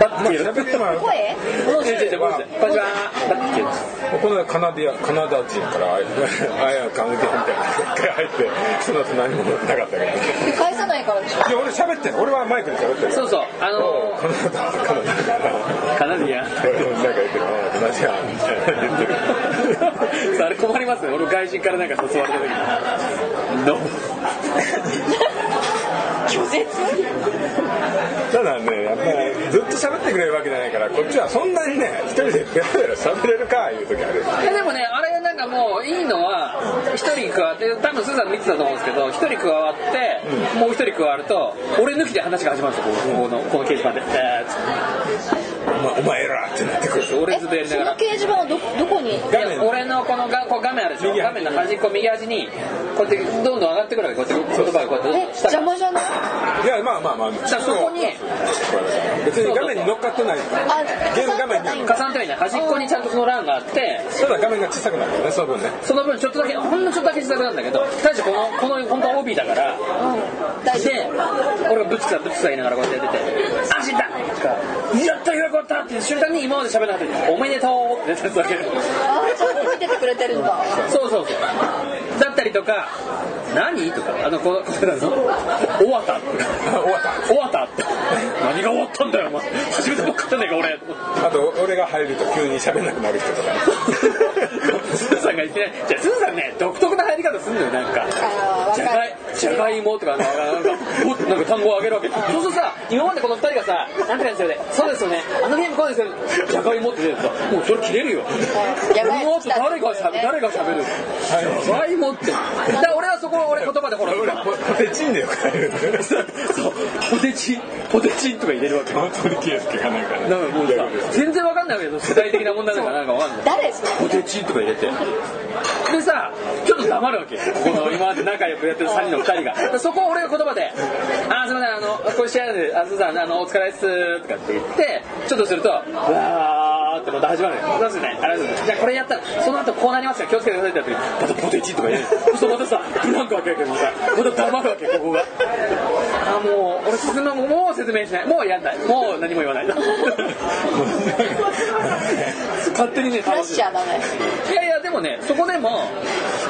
S3: バッ
S2: まあ、
S3: て言う
S2: 喋ってもらうと。
S4: 声
S3: 違う違う違うこんにちはこんにちはバッて言う
S2: この間カナディア、カナダ人から、あ あや関係みたいな、一回入って、その後何もなかったけど。いや、
S4: 返さないからでしょ
S2: 俺喋ってる、俺はマイクで喋ってる。
S3: そうそうあ
S2: おう
S3: の
S2: この後、カナダ人から。
S3: カナディアン
S2: なんか言ってる、ああ、カナディアみたいな言ってる。
S3: あれ困りますね俺外人からなんか誘わ れた時にどうも
S4: 拒絶
S2: ただね、やっぱりずっと喋ってくれるわけじゃないからこっちはそんなにね一人でペラペラ喋れるかいう時ある
S3: いやでもねあれなんかもういいのは一人加わって多分スーさんも見てたと思うんですけど一人加わって、もう一人加わると俺抜きで話が始まるんですよここのこの掲示板で、えーつっ
S2: お前お前らってなってくる
S3: て俺
S4: え
S3: ずべやりな
S4: そ
S3: が
S4: の
S3: ら
S4: 掲示板はどどこに
S2: 画面
S3: いや俺のこのがこう画面あるでしょ
S2: 右
S3: 画
S2: 端
S3: 面の端っこ右端にこうやってどんどん上がってくるわけこうやって言葉がこうや
S4: え
S3: って下か
S4: 邪
S3: ら
S4: 魔じゃな
S2: い
S4: い
S2: やまあまあまあ
S3: じゃあそこに
S2: 別に画面に乗っかってないから
S4: あ
S2: ゲーム画面に
S4: 挟んでない
S3: 加算というね端っこにちゃんとその欄があって
S2: ただ画面が小さくなるよねその分ね
S3: その分ちょっとだけほんのちょっとだけ自宅なんだけど大してこのこの本当は帯だから
S4: うん大丈
S3: で俺がブツさブツさ言いながらこうやってやってて「あ死んだ!」とか「やっと開こうった!」って瞬間に今まで喋らなかった「おめでとう!」って言ってる
S4: 夫ああちゃんと覚えててくれてるんだ
S3: そうそうそうだったりとか「何?」とかあのこのこの「終わった」
S2: あ終わった
S3: 終わったって何が終わったんだよお前初めてもっかったんだよ俺
S2: あと俺が入ると急に喋んなくなる人とかね
S3: スーさんがいきなりじゃあスーさんね独特な入り方すんのよなんか
S4: あーわかる
S3: じゃがいじゃがいもとかなんかなんかおなんか単語をあげるわけそうするとさ今までこの二人がさ「なんとかですよねそうですよねあのゲームこうですよねじゃがいも」って出るとさもうそれ切れるよ
S4: やばい
S3: もっと誰がしゃべ誰がしゃべるじゃがいもってだから俺はそこを俺言葉でほら
S2: 俺ポポテチンでよく入るんだよね
S3: そうポテチンポテチンとか入れるわけ
S2: 本当に気が付かないから
S3: だからもうさ
S2: 逆です
S3: 全然わかんないわけよ世代的な問題だからなんかわかんない
S4: 誰ですか
S3: ポテチンとか入れてでさちょっと黙るわけよこの今まで仲良くやってる3人の2人がでそこを俺が言葉で「あーすいませんあのこういう試合なんであすいませんあのお疲れっす」とかって言ってちょっとすると「わー」ってまた始まるよそうですねありがとうございますじゃあこれやったらその後こうなりますよ気をつけてくださいってやってまたポテチンとか入れるそうまたさブランク開けるけどさまた黙るわけここがあーもう俺説明ももう説明しないもうやんないもう何も言わない 勝手にね
S4: クラッ
S3: 楽しい
S4: シャーだね
S3: いやいやでもねそこでも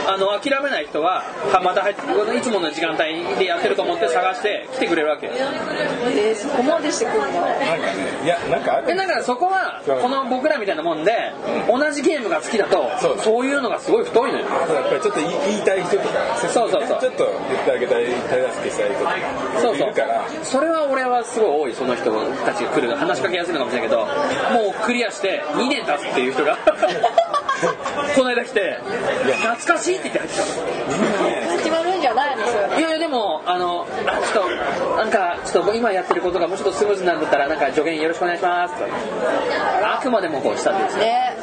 S3: あの諦めない人ははまた入ってこのいつもの時間帯でやってると思って探して来てくれるわけ
S4: えー、そこまでしてくるんだ
S2: なんかねいやなんかあ
S3: で
S2: る
S3: だからそこはこの僕らみたいなもんで同じゲームが好きだと
S2: そうだ
S3: そういうのがすごい太いのよ
S2: あとやっぱりちょっと言い言いたい人とか
S3: そうそうそう
S2: ちょっと言ってあげたい手助けしたい人とか
S3: そう
S2: い
S3: そう
S2: るから
S3: それは俺はすごい多いその人たちが来る話しかけやすいのかもしれないけどもうクリアして2年経つっていう 人がこの間来て懐かしいって言って入ってきたの
S4: 始まるんじゃないのそれ
S3: いやいやでもあのあちょっとなんかちょっと今やってることがもうちょっとスムーズなんだったらなんか助言よろしくお願いしますとかあくまでもこうしたんですね
S4: ね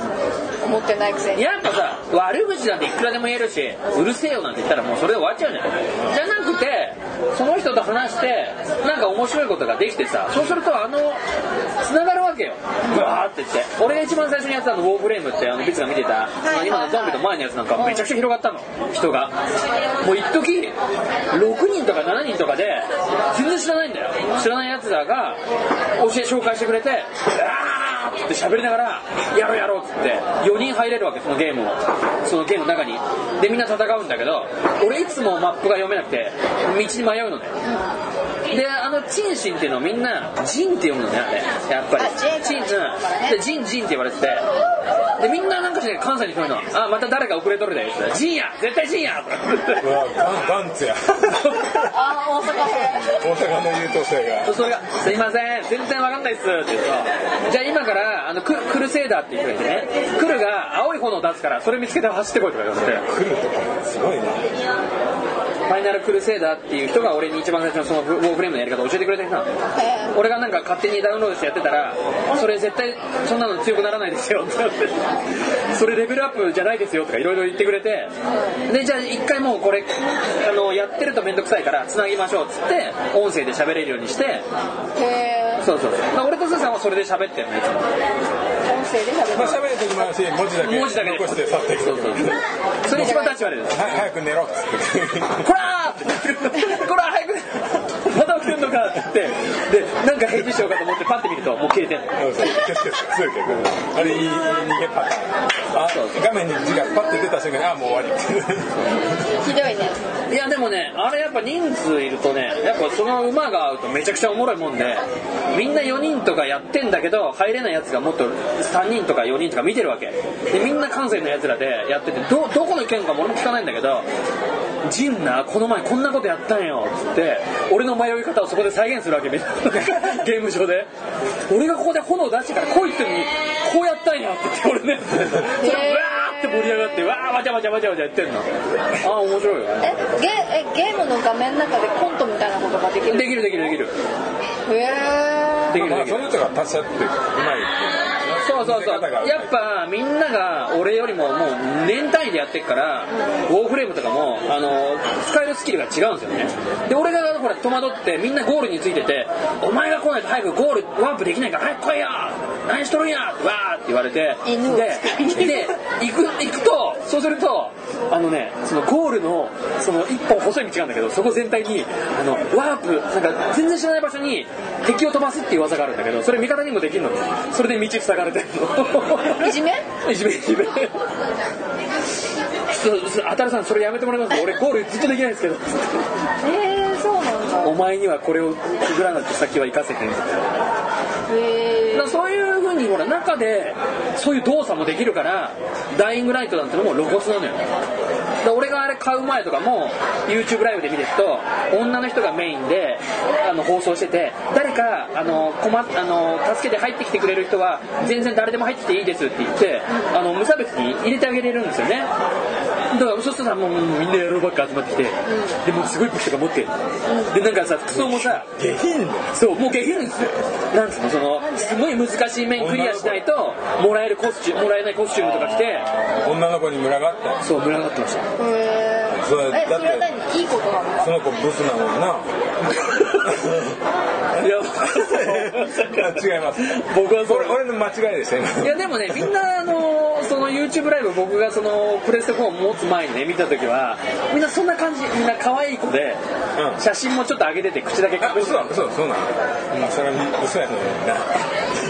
S4: 思ってないくせに
S3: やっぱさ悪口なんていくらでも言えるしうるせえよなんて言ったらもうそれで終わっちゃうじゃんじゃなくてその人と話してなんか面白いことができてさそうするとあの繋がるわけよブワーって言って俺が一番最初にやってたのウォーフレームってあのビツが見て
S4: い
S3: た
S4: はい
S3: 今のゾンビの前のやつなんかめちゃくちゃ広がったの人がもう一時6人とか7人とかで全然知らないんだよ知らないやつらが教え紹介してくれてあーって喋りながらやろうやろうっつって4人入れるわけそのゲームをそのゲームの中にでみんな戦うんだけど俺いつもマップが読めなくて道に迷うのねであのチンシンっていうのをみんなジンって読むのねあれやっぱり
S4: あジン
S3: チン、うん、
S4: ね
S3: でジンジンって言われててでみんななんかして関西に来るのあまた誰か遅れとるでって言ってジンや絶対ジンやとか
S2: うわガンガンツや
S4: ああ大阪編
S2: 大阪の優等生が
S3: それが「すいません全然わかんないっす」って言うと「じゃあ今からあのククルセーダーって言ってくれてねクルが青い炎を出すからそれ見つけて走ってこい」とか言われて
S2: 来るとかすごいな
S3: ファイナルクルセーダーっていう人が俺に一番最初のそのウォーフレームのやり方を教えてくれた人なんだよ
S4: え
S3: 俺がなんか勝手にダウンロードしてやってたらそれ絶対そんなの強くならないですよって言ってそれレベルアップじゃないですよとかいろいろ言ってくれてでじゃあ一回もうこれあのやってると面倒くさいからつなぎましょうっつって音声で喋れるようにして
S4: ー、へ
S3: そうそうそうまあ俺とスーさんはそれで喋ってるねいつも
S4: ー音声で喋
S2: まあ
S4: る
S2: 喋る時もあるし文字だけ
S3: 文字だけで
S2: 残して去っていく
S3: そ
S2: 時も
S3: うそう
S2: ある
S3: それ一番立ち悪いです
S2: はい早く寝ろっつって
S3: こらーってこらー早くまだ起きるのかって言ってでなんか返事しようかと思ってパッて見るともう消えてんの
S2: うんそうそうそうあれいいいい逃げパターンあ画面に字がパッて出た瞬間にあもう終わり
S4: ひどいね
S3: いやでもねあれやっぱ人数いるとねやっぱその馬が合うとめちゃくちゃおもろいもんでみんな4人とかやってんだけど入れないやつがもっと3人とか4人とか見てるわけでみんな関西のやつらでやっててどどこの県かも俺も聞かないんだけど「ジンなこの前こんなことやったんよ」っつって俺の迷い方をそこで再現するわけみんなゲーム上で俺がここで炎を出してから来いってのにこうやったんやって言って俺ねそれをわーって盛り上がってわーわちゃわちゃわちゃわちゃやってんのああ面白いよね
S4: えゲえゲームの画面の中でコントみたいなことができる
S3: できるできるできる
S4: へえ
S3: できる
S2: ま
S3: で
S2: あ
S3: き
S2: そ
S3: る
S2: の人が達者っていうかうまいっていう
S3: そうそうそうやっぱみんなが俺よりももう年単位でやってっからウォーフレームとかもあの使えるスキルが違うんですよねで俺がほら戸惑ってみんなゴールについてて「お前が来ないと早くゴールワープできないから早く来いよ何しとるんや!」わーって言われて
S4: 犬を使いに
S3: でで行く行くとそうするとあのねそのゴールのその一本細い道があるんだけどそこ全体にあのワープなんか全然知らない場所に敵を飛ばすっていう技があるんだけどそれ味方にもできるのそれで道塞がれてるの
S4: いじめ
S3: いじめいじめそうそうあたるさんそれやめてもらいます俺ゴールずっとできないんですけど
S4: えー、そうなんだ
S3: お前にはこれをくぐらなくて先は行かせてみたいな
S4: へえ
S3: だからそういう風にほら中でそういう動作もできるからダイイングライトなんてのも露骨なのよだから俺があれ買う前とかも YouTube ライブで見てると女の人がメインであの放送してて誰かあの困っあの助けて入ってきてくれる人は全然誰でも入ってきていいですって言ってあの無差別に入れてあげれるんですよねだからそうするとさもうもうみんな野郎ばっか集まってきて、でもうすごい武器とか持ってる、でなんかさ服装もさ下品そうもう下品ですよなんつうのそのすごい難しい面クリアしないともらえるコスチュームもらえないコスチュームとか着て
S2: 女の子に群がったよ
S3: そう群がってました
S4: え
S2: それだっ
S4: え
S2: て
S4: それは何いいことなの
S2: その子ブスなもんない
S3: や
S2: 違います
S3: 僕はそれ
S2: 俺俺の間違いでした今
S3: いやでもねみんなあのその YouTube ライブ僕がそのプレステ4持つ前にね見た時はみんなそんな感じみんな可愛い子で、
S2: うん
S3: 写真もちょっと上げてて口だけ
S2: あ
S3: 隠して
S2: 嘘だ嘘そうなのあそれは嘘やのにな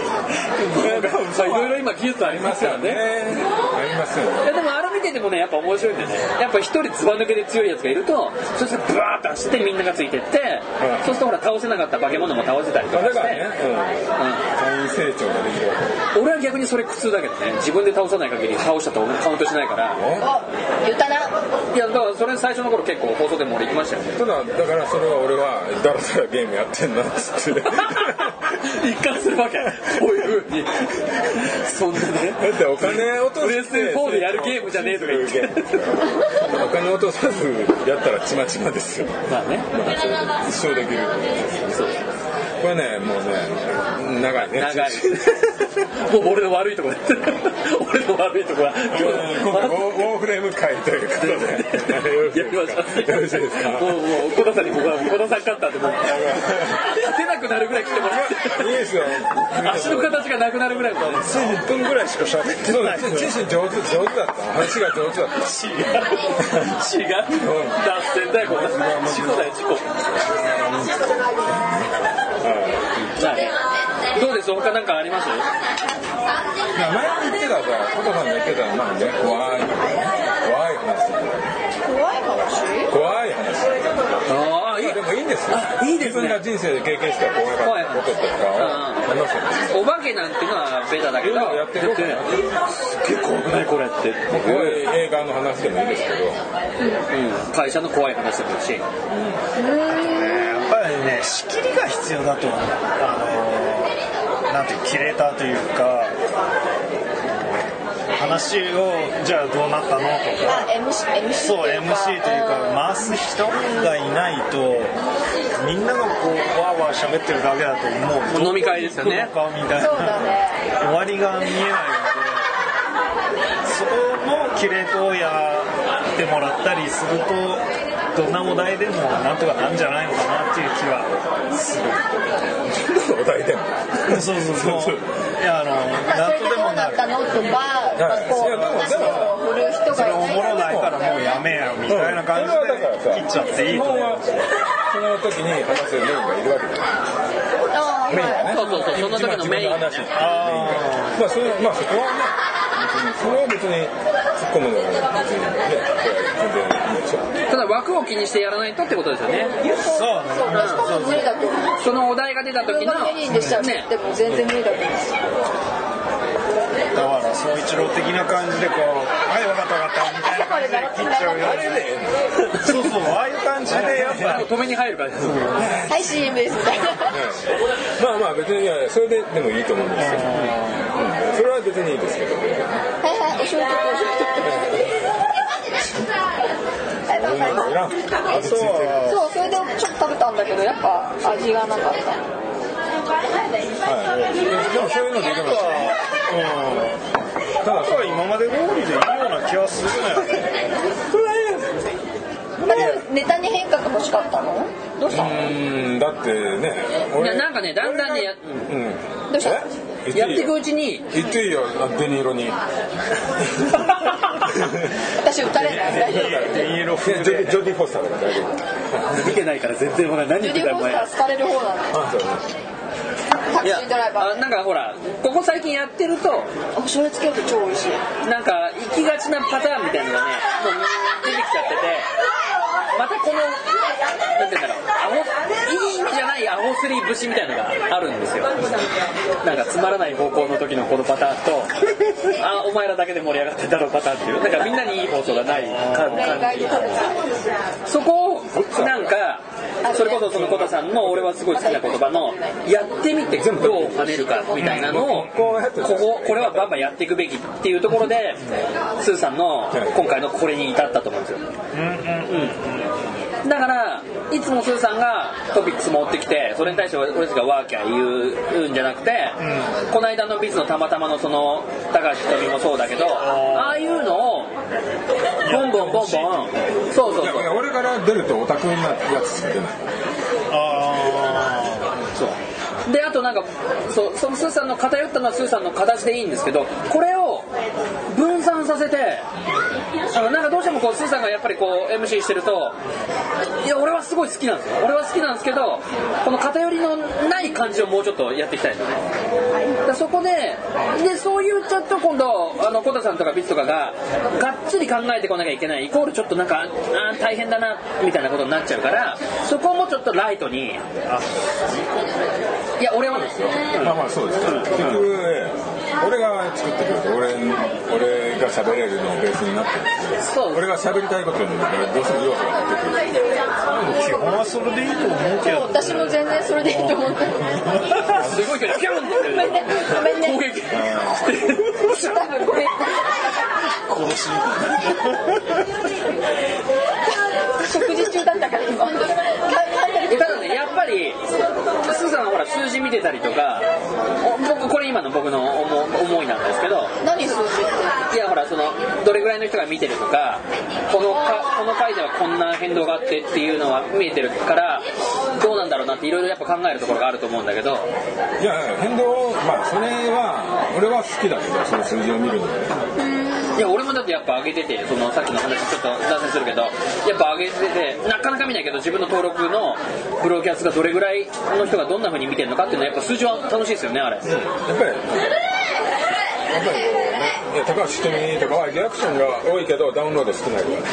S3: まあいろいろ今技術ありますからね
S2: ありますよね
S3: いやでもあれ見ててもねやっぱ面白いんでねやっぱ一人ずば抜けで強いやつがいるとそしてブワーッと走ってみんながついてって、
S2: ん
S3: そうするとほら倒せなかった化け物も倒せたりと
S2: まあ
S3: か
S2: だ
S3: して、
S2: からねうん会員成長ができるわ
S3: うん俺は逆にそれ苦痛だけどね自分で倒さない限り倒したとカウントしないから
S4: あ言ったない
S3: やだからそれ最初の頃結構放送でも俺行きましたよね
S2: けただだからそれは俺はだらだらゲームやってんなっつって
S3: 一貫するわけこういう風にそんなね
S2: だってお金落と
S3: プレステ4でやるゲームじゃねえとか言って
S2: お金落とさずやったらちまちまですよ
S3: まあね
S2: まあそれ一生できるこれねもうね長いね
S3: 長いもう俺の悪いとこだ 俺の悪いとこは
S2: 今回ウォーウォーフレーム会ということで
S3: やりましょう。
S2: よろしいですか
S3: もう、もう、小田さんにここは、小田さん勝ったんで、もう、勝てなくなるぐらい来てもら
S2: いいですよ
S3: って、足の形がなくなるぐらいもう、
S5: つい1分ぐらいしか喋って
S2: そうだ自身上手上手だった話が上手だった
S3: 違う、違う、脱線だよ、こんな。事故だよ、事故。はいどうです他なんかあります
S2: いや前も言ってたさコトさんが言ってたまあね怖い怖い話
S4: 怖い話
S2: 怖い話
S3: ああ、いい
S2: いやでもいいんですよ
S3: あいいですね
S2: 自分が人生で経験した怖い
S3: 怖い
S2: こととかを話すんです
S3: お化けなんてのはベタだけど、
S2: 今やってる
S3: だって結構危ないこれって、
S2: すごい映画の話でもいいですけど
S3: うん会社の怖い話でもいいし、
S5: やっぱりね仕切りが必要だと思うあのなんていうキュレーターというか話をじゃあどうなったのとか
S4: あ MC, MC
S5: そう MC というか回す人がいないとみんながこうわーわー喋ってるだけだともう
S3: もう飲み会ですよね
S5: どうなったのかみたい
S4: そうだ
S5: な
S4: ね
S5: 終わりが見えないのでそこのキュレートをやってもらったりするとどんなお題でもなんとかなんじゃないのかなっていう気は
S2: お題でも
S5: そうそうそう
S2: そう
S5: いやあの
S4: まあ、そ
S5: 何
S4: れ
S5: と
S4: で
S5: で
S4: ど
S5: も
S4: う
S5: な
S4: な
S5: る
S4: ったのとか、まあこう話を振る人
S5: そ
S4: が
S5: れ
S4: い
S5: お
S4: ない
S5: もろないからもうやめよみたいな感
S2: それはだ
S5: じ
S2: から
S5: で
S2: さ
S5: 切っちゃっていい
S2: 基
S5: と
S2: 本
S5: 思う
S2: はその時に話せるメインがいるわけです
S4: ああ
S2: メインがね
S3: そうそうそうその時のメイ
S2: 一
S3: ン
S2: 番自分の話
S5: あ
S2: まあそれまあそこはね別にそれは別に突っ込むのは別にね全然いいでしょ
S3: ただ枠を気にしてやらないとってことですよね。
S5: あそうね
S4: そんな人も無理だと思う
S3: そのお題が出た
S4: 自
S3: 時
S4: 分
S3: の
S4: がメインでしちゃっ
S3: ね
S4: ても全然無理だと思う
S5: だから総一郎的な感じでこう「はい分かった分かった」みたいな感
S4: までならなかったで
S5: そうそうああいう感じでやっぱ
S3: 止めに入るから
S4: すはい CM ですみたいな
S2: まあまあ別にいやそれででもいいと思うんですよ、うん、それは別にいいですけど
S4: はいはい お仕事お仕
S5: あとは
S4: 事はいはいはいそうそれでちょっと食べたんだけどやっぱ味がなかった
S2: でもそういうのでいいと思うんですよ
S5: ただそれは今まで通りでいいような気はするのよね
S4: まあでもネタに変化が欲しかったのどうしたの
S2: うんだってね
S3: いやなんかねだんだんねや
S2: うん
S4: どうしたの
S2: え
S3: やっていくうちに
S2: 言っていいよあ紅色に
S4: 私打たれない大丈夫
S5: 紅色
S2: いやジョディジョディ・フォスターだから大丈夫
S3: 見てないから全然わかんない
S4: ジュディ・フォスター好かれる方なの
S2: あそうだね
S4: タクシ
S3: いや
S4: ードライバ
S3: あなんかほらここ最近やってると
S4: ーお醤油つけると超美味しい
S3: なんか行きがちなパターンみたいなのがねもう出てきちゃっててまたこのなんて言うんだろうアホいい意味じゃないアホスリー節みたいなのがあるんですよなんかつまらない方向の時のこのパターンとあお前らだけで盛り上がってんだろうパターンっていうなんかみんなにいい放送がない感
S4: 意外
S3: じ
S4: と食べた
S3: そこをなんかそれこそそのコタさんの俺はすごい好きな言葉のやってみてどう跳ねるかみたいなのをこここれはバンバンやっていくべきっていうところでスーさんの今回のこれに至ったと思うんですよだからいつもスーさんがトピックス持ってきてそれに対して俺たちがワーキャー言うんじゃなくて、この間のビズのたまたまのその高橋ひとみもそうだけどああいうのをボンボンボンボンそうそう
S2: いや
S3: そう
S2: いや俺から出るとオタクになるやつしか出ない
S5: あ
S3: そうであとなんかそうそのスーさんの偏ったのはスーさんの形でいいんですけどこれを分散させてあのなんかどうしてもこうスーさんがやっぱりこう MC してるといや俺はすごい好きなんですよ俺は好きなんですけどこの偏りのない感じをもうちょっとやっていきたいですねだからそこででそう言っちゃうと今度あのコタさんとかビッツとかががっつり考えてこなきゃいけないイコールちょっとなんかあー大変だなみたいなことになっちゃうからそこもちょっとライトにいや俺はね
S2: まあまあそうです結局ね俺が作ってくれて俺俺が喋れるのをベースになってるんですよ
S3: そう
S2: 俺が喋りたいことにどうしても要素が入ってくる
S5: あ基本はそれでいいと思うけど
S4: 私も全然それでいいと思って
S3: すごいけどキャンって
S4: ごめんねごめん
S3: 攻
S4: ね
S3: 撃
S4: 多分ごめんね食事中だったから今
S3: ただねやっぱりスーさんはほら数字見てたりとかお僕これ今の僕の思思いなんですけど
S4: 何数字って
S3: いやほらそのどれぐらいの人が見てるとかこのかこの回ではこんな変動があってっていうのは見えてるからどうなんだろうなっていろいろやっぱ考えるところがあると思うんだけど
S2: いや変動まあそれは俺は好きだけどその数字を見るので
S3: いや俺もだってやっぱ上げててそのさっきの話ちょっと脱線するけどやっぱ上げててなかなか見ないけど自分の登録のブローキャスがどれぐらいの人がどんな風に見てるのかっていうのはやっぱ数字は楽しいですよねあれ
S2: やっぱりやっぱりいや高橋ひとみとかはリアクションが多いけどダウンロード少ないぐらい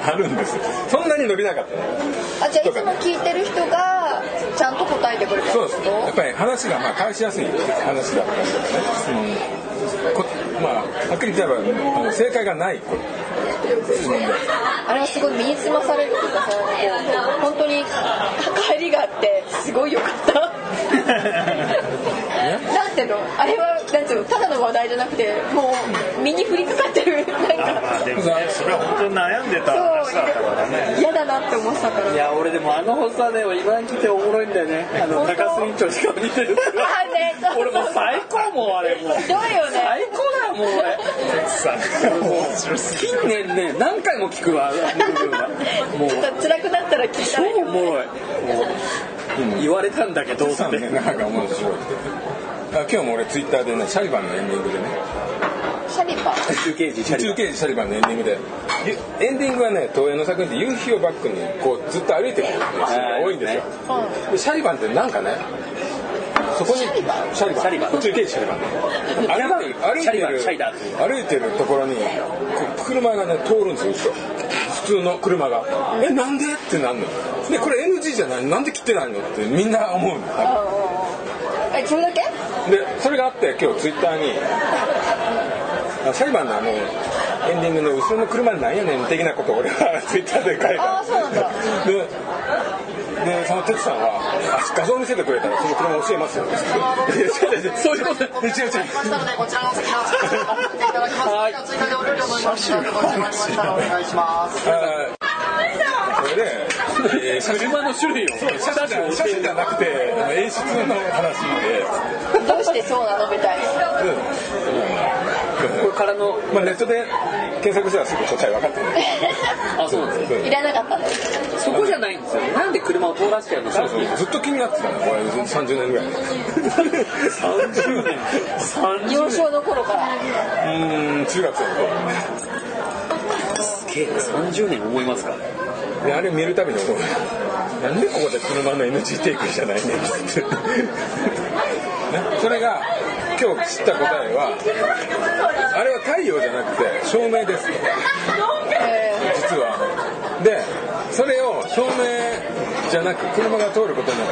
S2: あるんですよそんなに伸びなかったね
S4: あじゃあいつも聞いてる人がちゃんと答えてくれたって
S2: そう
S4: こ
S2: で
S4: と
S2: すやっぱり話がまあ返しやすい話だったんですよね質問こまあはっきり言っちゃえばあの正解がない質問で
S4: あれはすごい身につまされるというかさこう本当に帰りがあってすごい良かった なんていうのあれはなんていうのただの話題じゃなくてもう身に降りかかってるなん
S5: あ
S4: か
S5: まあでもねそれは本当に悩んでた話だったからね
S4: 嫌だなって思ってたから
S3: いや俺でもあの発作ね今聞いておもろいんだよねあの
S4: 本当
S3: 高須院長しか見てる
S4: あねそう
S3: 俺もう最高もうあれもう
S4: ひどいよね
S3: 最高だよもう俺
S5: さ
S3: 近年ね何回も聞くわあの部分はも う
S4: ちょっと辛くなったら聞いた
S3: 超
S4: らいい
S3: おもろいもう言われたんだけどっ
S2: さんね
S3: て
S2: なんか面白いあ今日も俺ツイッターでねシャリバンのエンディングでね
S4: シャリバ
S3: 中継時チャリ
S2: 中継時シャリバンのエンディングでゆエンディングはね東映の作品で夕日をバックにこうずっと歩いてくるっていうシーンが多いんですよでシャリバンってなんかねそこにシャリバンシャリバン
S3: シャリバン
S2: 中継時シャリバンね
S3: やば
S2: 歩いて
S3: い
S2: る歩い
S3: シャ
S2: て
S3: リバンシャイ
S2: る
S3: ダー
S2: 歩いてるところにこう車がね通るんですよ後ろ普通の車が「えなんで?」ってなんのでこれ NG じゃないなんで切ってないのってみんな思うの多
S4: ンえそれだけ
S2: 分でそれがあって今日ツイッターにあシャリバンのあのエンディングの後ろの車なんやねん的なことを俺は ツイッターで書いた
S4: ああそうなんだ
S2: ででその哲さんはあ「画像見せてくれたらその車教えますよ」 違う違う違う
S3: そういうこと
S2: 違う違う
S6: ましたので、こちらのお席のお席に座っていただきます。
S3: はい
S6: 追加でお料理をご用意しておりますので、お願いします。
S2: あーそれでえー写真
S3: 車の種類を
S2: 写真じゃ写真じゃなくて演出の話で、
S4: どうしてそうなのみたいな
S3: これからの
S2: まあ、ネットで検索したらすぐ答え分かってる
S3: あそうなんです
S4: いらなかったの
S3: かそこじゃないんですよねなんで車を通らせちゃうの
S2: そうそうずっと気になってたの俺30年ぐらい
S3: 30年30
S4: 幼少の頃から
S2: うん中学生の頃
S3: 計30年思いますか
S2: であれ見るたびに思うなんでここで車の NG テイクじゃないねんって ねそれが今日知った答えはあれは太陽じゃなくて照明です実はでそれを照明じゃなく車が通ることによ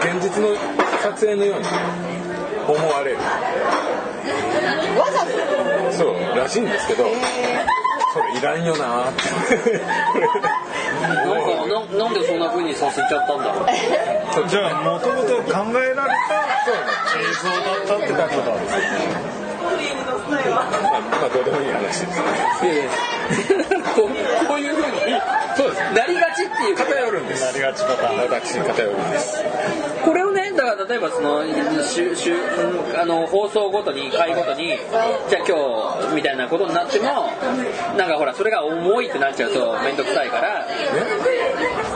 S2: って現実の撮影のように思われる
S4: わざと
S2: そうらしいんですけどそれいらんよなーって
S3: なんかななんでそんな風にさせちゃったんだろう
S5: じゃあもともと考えられ
S2: そ
S5: た映像だ
S2: う
S5: ったってことだ
S2: まあまあどうでもいい話です
S3: いやいやこうこういう風に
S2: そうです
S3: なりがちっていうか
S2: 偏るんです
S5: なりがちパターン
S2: 私に偏るんです
S3: これをねだから例えばその週週うんあの放送ごとに回ごとにじゃあ今日みたいなことになってもなんかほらそれが重いってなっちゃうと面倒くさいから
S2: ねあそう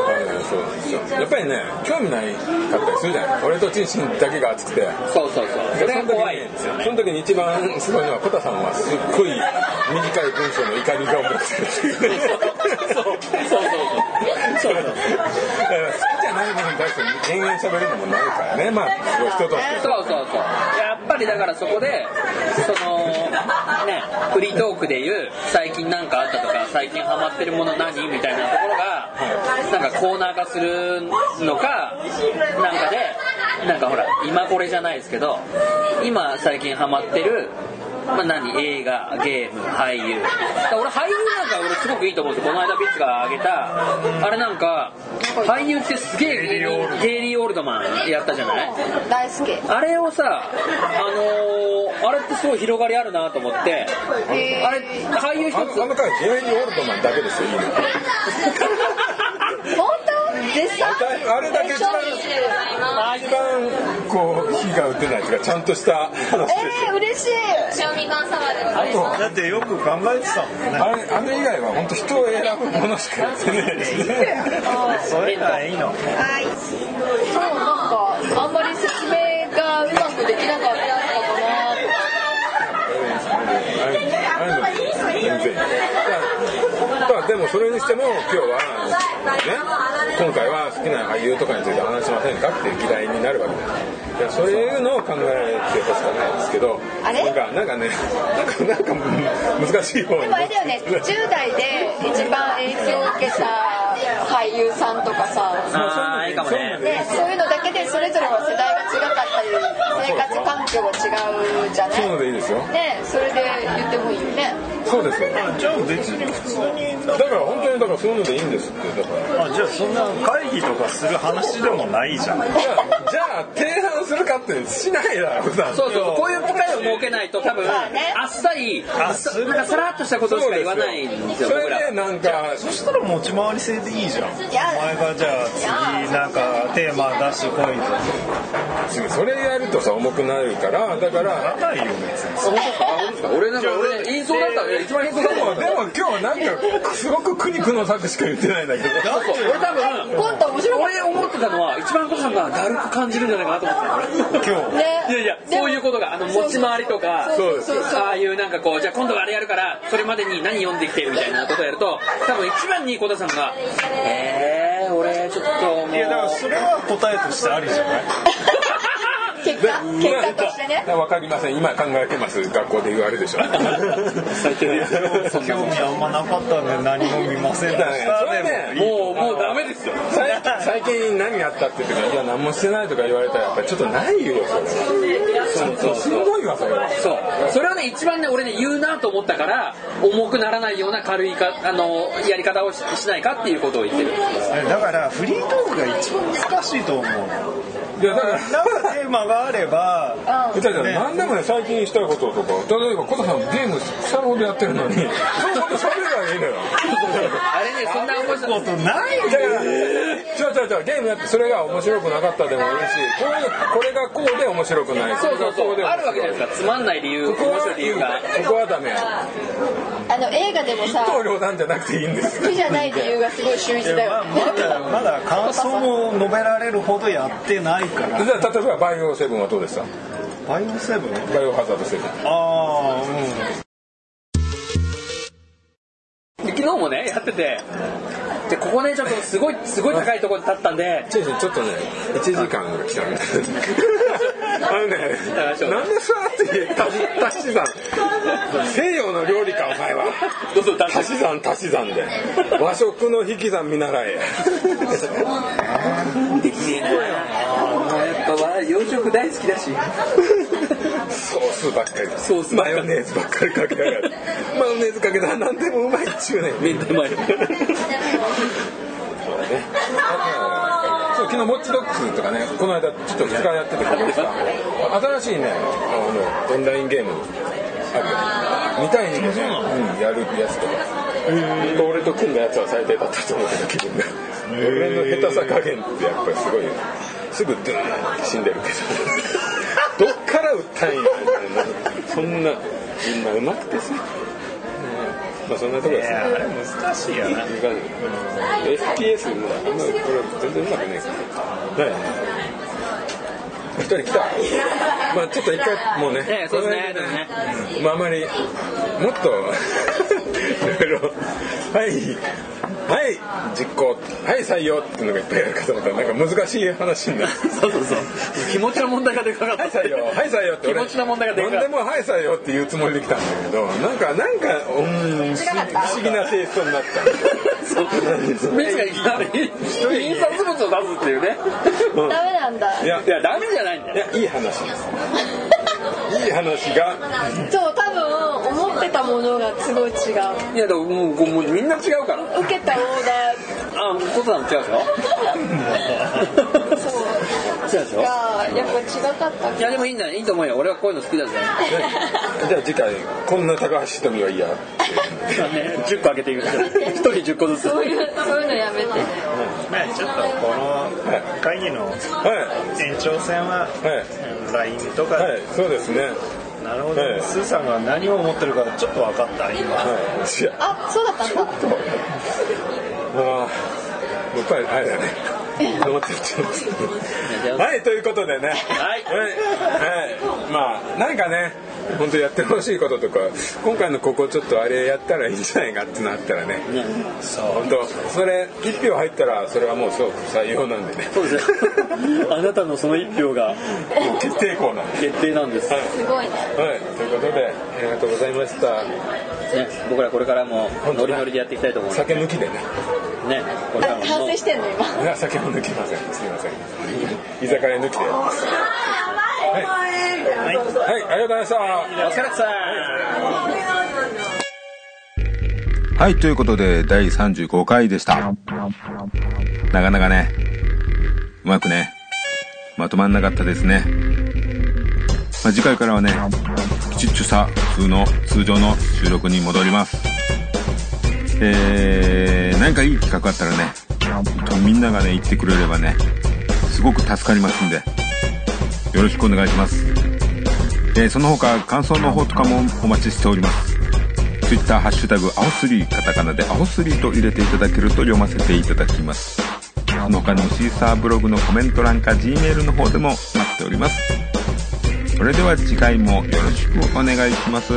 S2: なんですよやっぱりね興味ないかったりするじゃない俺とチンチンだけが熱くて
S3: そうそうそうそれが怖いんですよね
S2: その時に一番すごいのはコタさんはすっごい短い文章の怒りが思ってる
S3: そうそうそうそうそう
S2: だから好きじゃないものに対して延々喋るのもないからねまあすごい人として
S3: そうそうそうやっぱりだからそこでそのねフリートークでいう最近なんかあったとか最近ハマってるもの何みたいなところがなんかコーナー化するのかなんかでなんかほら今これじゃないですけど今最近ハマってるまあ何映画ゲーム俳優だから俺俳優なんか俺すごくいいと思うんですよこの間ピッツが挙げたあれなんか俳優ってすげえ芸人ゲイリー・オールドマンやったじゃない
S4: 大好きへ
S3: あれをさ、あのー、あれってすごい広がりあるなと思って、あれ、俳優一
S2: あのあの
S3: つ、
S2: 回ゲイリー・オールドマンだけですよいいの
S4: ー本当絶賛
S2: あれだけ一番一番こう火が打てないというかちゃんとした話です
S4: えー、嬉しい
S7: 塩みかんサワーでございます。
S5: だってよく考えてたもんね
S2: あれあれ以外は本当人を選ぶものしかやってないですね。
S5: それがいいの
S4: そうなんかあんまり説明がうまくできなかったかなって
S2: 全然。まあでもそれにしても今日はね今回は好きな俳優とかについて話しませんかっていう議題になるわけです。いやそういうのを考えられてほしかないんですけど、
S4: あれ
S2: なんかなんかねなんかなんか難しい方に
S4: でもあれだよね10代で一番影響を受けた俳優さんとかさ
S3: ああ、いいかもね。
S4: ね、そういうのだけでそれぞれの世代が違かったり生活環境が違うじゃない
S2: そういうのでいいですよ。
S4: ねそれで言ってもいいよね
S2: そうですよ。
S5: じゃあ別に普通に
S2: だから本当にだからそういうのでいいんですってだから。
S5: あじゃあそんな会議とかする話でもないじゃん
S2: じゃあじゃあ提案するかってしないだろうな
S3: そうそうそう、こういう機会を設けないと多分、あっさり、
S5: あ
S3: あっさなんかさらっとしたことしか言わないんですよ、
S2: そ
S3: 僕
S2: れ
S3: ら。
S2: でなんか
S5: そしたら持ち回り制でいいじゃんお前がじゃあ次なんかテーマ出してこいと
S2: それやるとさ重くなるからだから
S5: ならないよ別に
S3: 俺なんか、俺、陰相だったら一番
S2: で
S3: 変
S2: も
S3: 装だと思う。
S2: でも今日なんかすごく苦肉の策しか言ってないんだけど
S3: そうそう俺多分、
S4: コント面白かっ
S3: 俺思ってたのは、一番子さんがだるく感じるんじゃないかなと思ってたの俺。
S5: 今
S4: た
S5: 日
S4: ね
S3: いやいや、そういうことが、あの、持ち回りとか、
S4: そうそうそう
S3: ああいうなんかこう、じゃあ今度はあれやるから、それまでに何読んできてるみたいなことをやると、多分一番に小田さんが、えー、俺ちょっともう、
S5: いやだからそれは答えとしてありじゃない
S4: 結果結果としてね
S2: わかりません今考えてます学校で言われるで しょだ
S5: 興味あんまなかったんで何も見ませんでし
S2: そ
S5: た
S2: れ
S5: で
S2: ね
S5: もいい
S3: もう、もうダメですよ。
S2: 最最近何やったって言ってからいや何もしてないとか言われたらやっぱりちょっとないよそれそうそうすごいますそれは
S3: そうそれをね一番ね俺ね言うなと思ったから重くならないような軽いかあのやり方をししないかっていうことを言ってる
S5: だからフリートークが一番難しいと思う
S2: いやだから
S5: なんかテーマがあれば
S2: うちはね何でもね最近したいこととか例えばコタさんゲーム腐るほどやってる のにそういうこと喋ればいいのよ
S3: あれねそんな面白い
S5: ことない
S2: だから、ちょちょちょ、ゲームやって、それが面白くなかったでもいいし、こういう、これがこうで面白くない。
S3: そうそう
S2: こ
S3: そ
S2: れがこで
S3: うあるわけじゃないですかつまんない理由
S2: こ
S3: 面
S2: こは
S3: 白い理由が
S2: ここはダメ。
S4: あの映画でも
S2: 一
S4: さ
S2: 刀両断じゃなくていいんです。
S4: 苦じゃない理由がすごい秀逸だ
S5: ま
S4: よ
S5: あ、まだまだ感想も述べられるほどやってないから
S2: じゃあ、例えば、バイオセブンはどうでした。
S5: バイオセブン
S2: バイオハザードセブン。
S5: ああうん
S3: で昨日もねやっててでここねちょっとすごいすごい高いところに立ったんで
S2: ちょちょっとね、一時間が来たみたいな。あのね、なんでそうやって、足し、足し算。西洋の料理か、お前は。
S3: どうぞ男
S2: 足し算、足し算で。和食の引き算見習え。
S3: できねえなやっぱ洋食大好きだし
S2: ソースばっかり
S3: ソース
S2: マ
S3: ばっかり
S2: ヨネーズばっかりかけやがってマヨネーズかけたら何でもうまいっちゅうねん
S3: 明太マヨ
S2: そう昨日モッチドッグスとかねこの間ちょっと2日やってて新しいねあのオンラインゲームあるよ2対2でね、うん、やるやつとか俺と組んだやつは最低だったと思うけど気分が俺の下手さ加減ってやっぱりすごいよすぐドゥーンって死んでるけどどっから打ったんや そんなみんなうまくてさ、まあそんなとこですね
S5: あれ難しいよな
S2: FPS もあんまりこれ全然うまくないからね一人来たまあちょっと一回もうね
S3: ええそうですねそうですね
S2: まああまりもっといろいろはいはい実行はい採用っていうのがいっぱいあるかと思ったらなんか難しい話になる
S3: そうそうそう気持ちの問題がでかかった
S2: はい採用はい採用って俺
S3: 気持ちの問題がでかい
S2: 何でもはい採用って言うつもりで来たんだけどなんかなんかうん不思議なテイストになった
S3: メスがいきなり印刷物を出すっていうね
S4: ダメなんだ
S2: いや
S3: いやダメじゃないんだ
S2: い
S3: よ
S2: や、いい話です。いい話が、
S4: そう多分思ってたものがすごい違う
S3: いやでももうこうもうみんな違うから
S4: 受けたオー
S3: あコトさんも違うでし
S4: ダーそう
S3: ょ違うでしょ
S4: がやっぱ違かった
S3: いやでもいいんだよいいと思うよ俺はこういうの好きだぜ
S2: じゃあ次回、こんな高橋ひとみはいいや。
S3: 10個開けていく1人10個ずつ
S4: そういうそういうのやめて
S5: ねちょっとこの会議の
S2: は、
S5: 延長戦はい
S2: はい、
S5: LINE とか
S2: は
S5: で
S2: い、そうですね。
S5: なるほ
S2: はい
S5: どスーさんが何を思ってるかちょっと分かった今
S2: はい、いや、
S4: あそうだったんだ
S2: ああ、やっぱり、はいだね。思って言っちゃいましたはい、ということでね。はいはい、まあ、なんかね、本当やってほしいこととか、今回のここちょっとあれやったらいいんじゃないかってなったらね。本当、それ、一票入ったら、それはもうすごく採用なんでね。
S3: そうですねあなたのその1票が
S2: 決定校なんで。
S3: 決定なんです、ね、
S4: すごいね
S2: はい、ということで、ありがとうございました。
S3: 僕らこれからも
S2: 本当だ
S3: ノリノリでやっていきたいと思うね
S2: 酒抜きでね。
S3: これからも
S4: あ反省してんの今
S2: いや酒も抜きません。すみません。居酒屋抜きでやります。はい、はい、ありがとうございました。
S3: お疲れさん
S1: はい、ということで、第35回でした。なかなかね、うまくね、まとまんなかったですね。まあ、次回からはね、きちっちょさ、普通の、通常の収録に戻ります。えー、何かいい企画あったらね、ほんとみんながね、言ってくれればね、すごく助かりますんで、よろしくお願いします。えー、その他、感想の方とかもお待ちしております。ツイッターハッシュタグ、アホスリー、カタカナでアホスリーと入れていただけると読ませていただきます。その他にもシーサーブログのコメント欄か Gmail の方でも待っております。それでは次回もよろしくお願いします。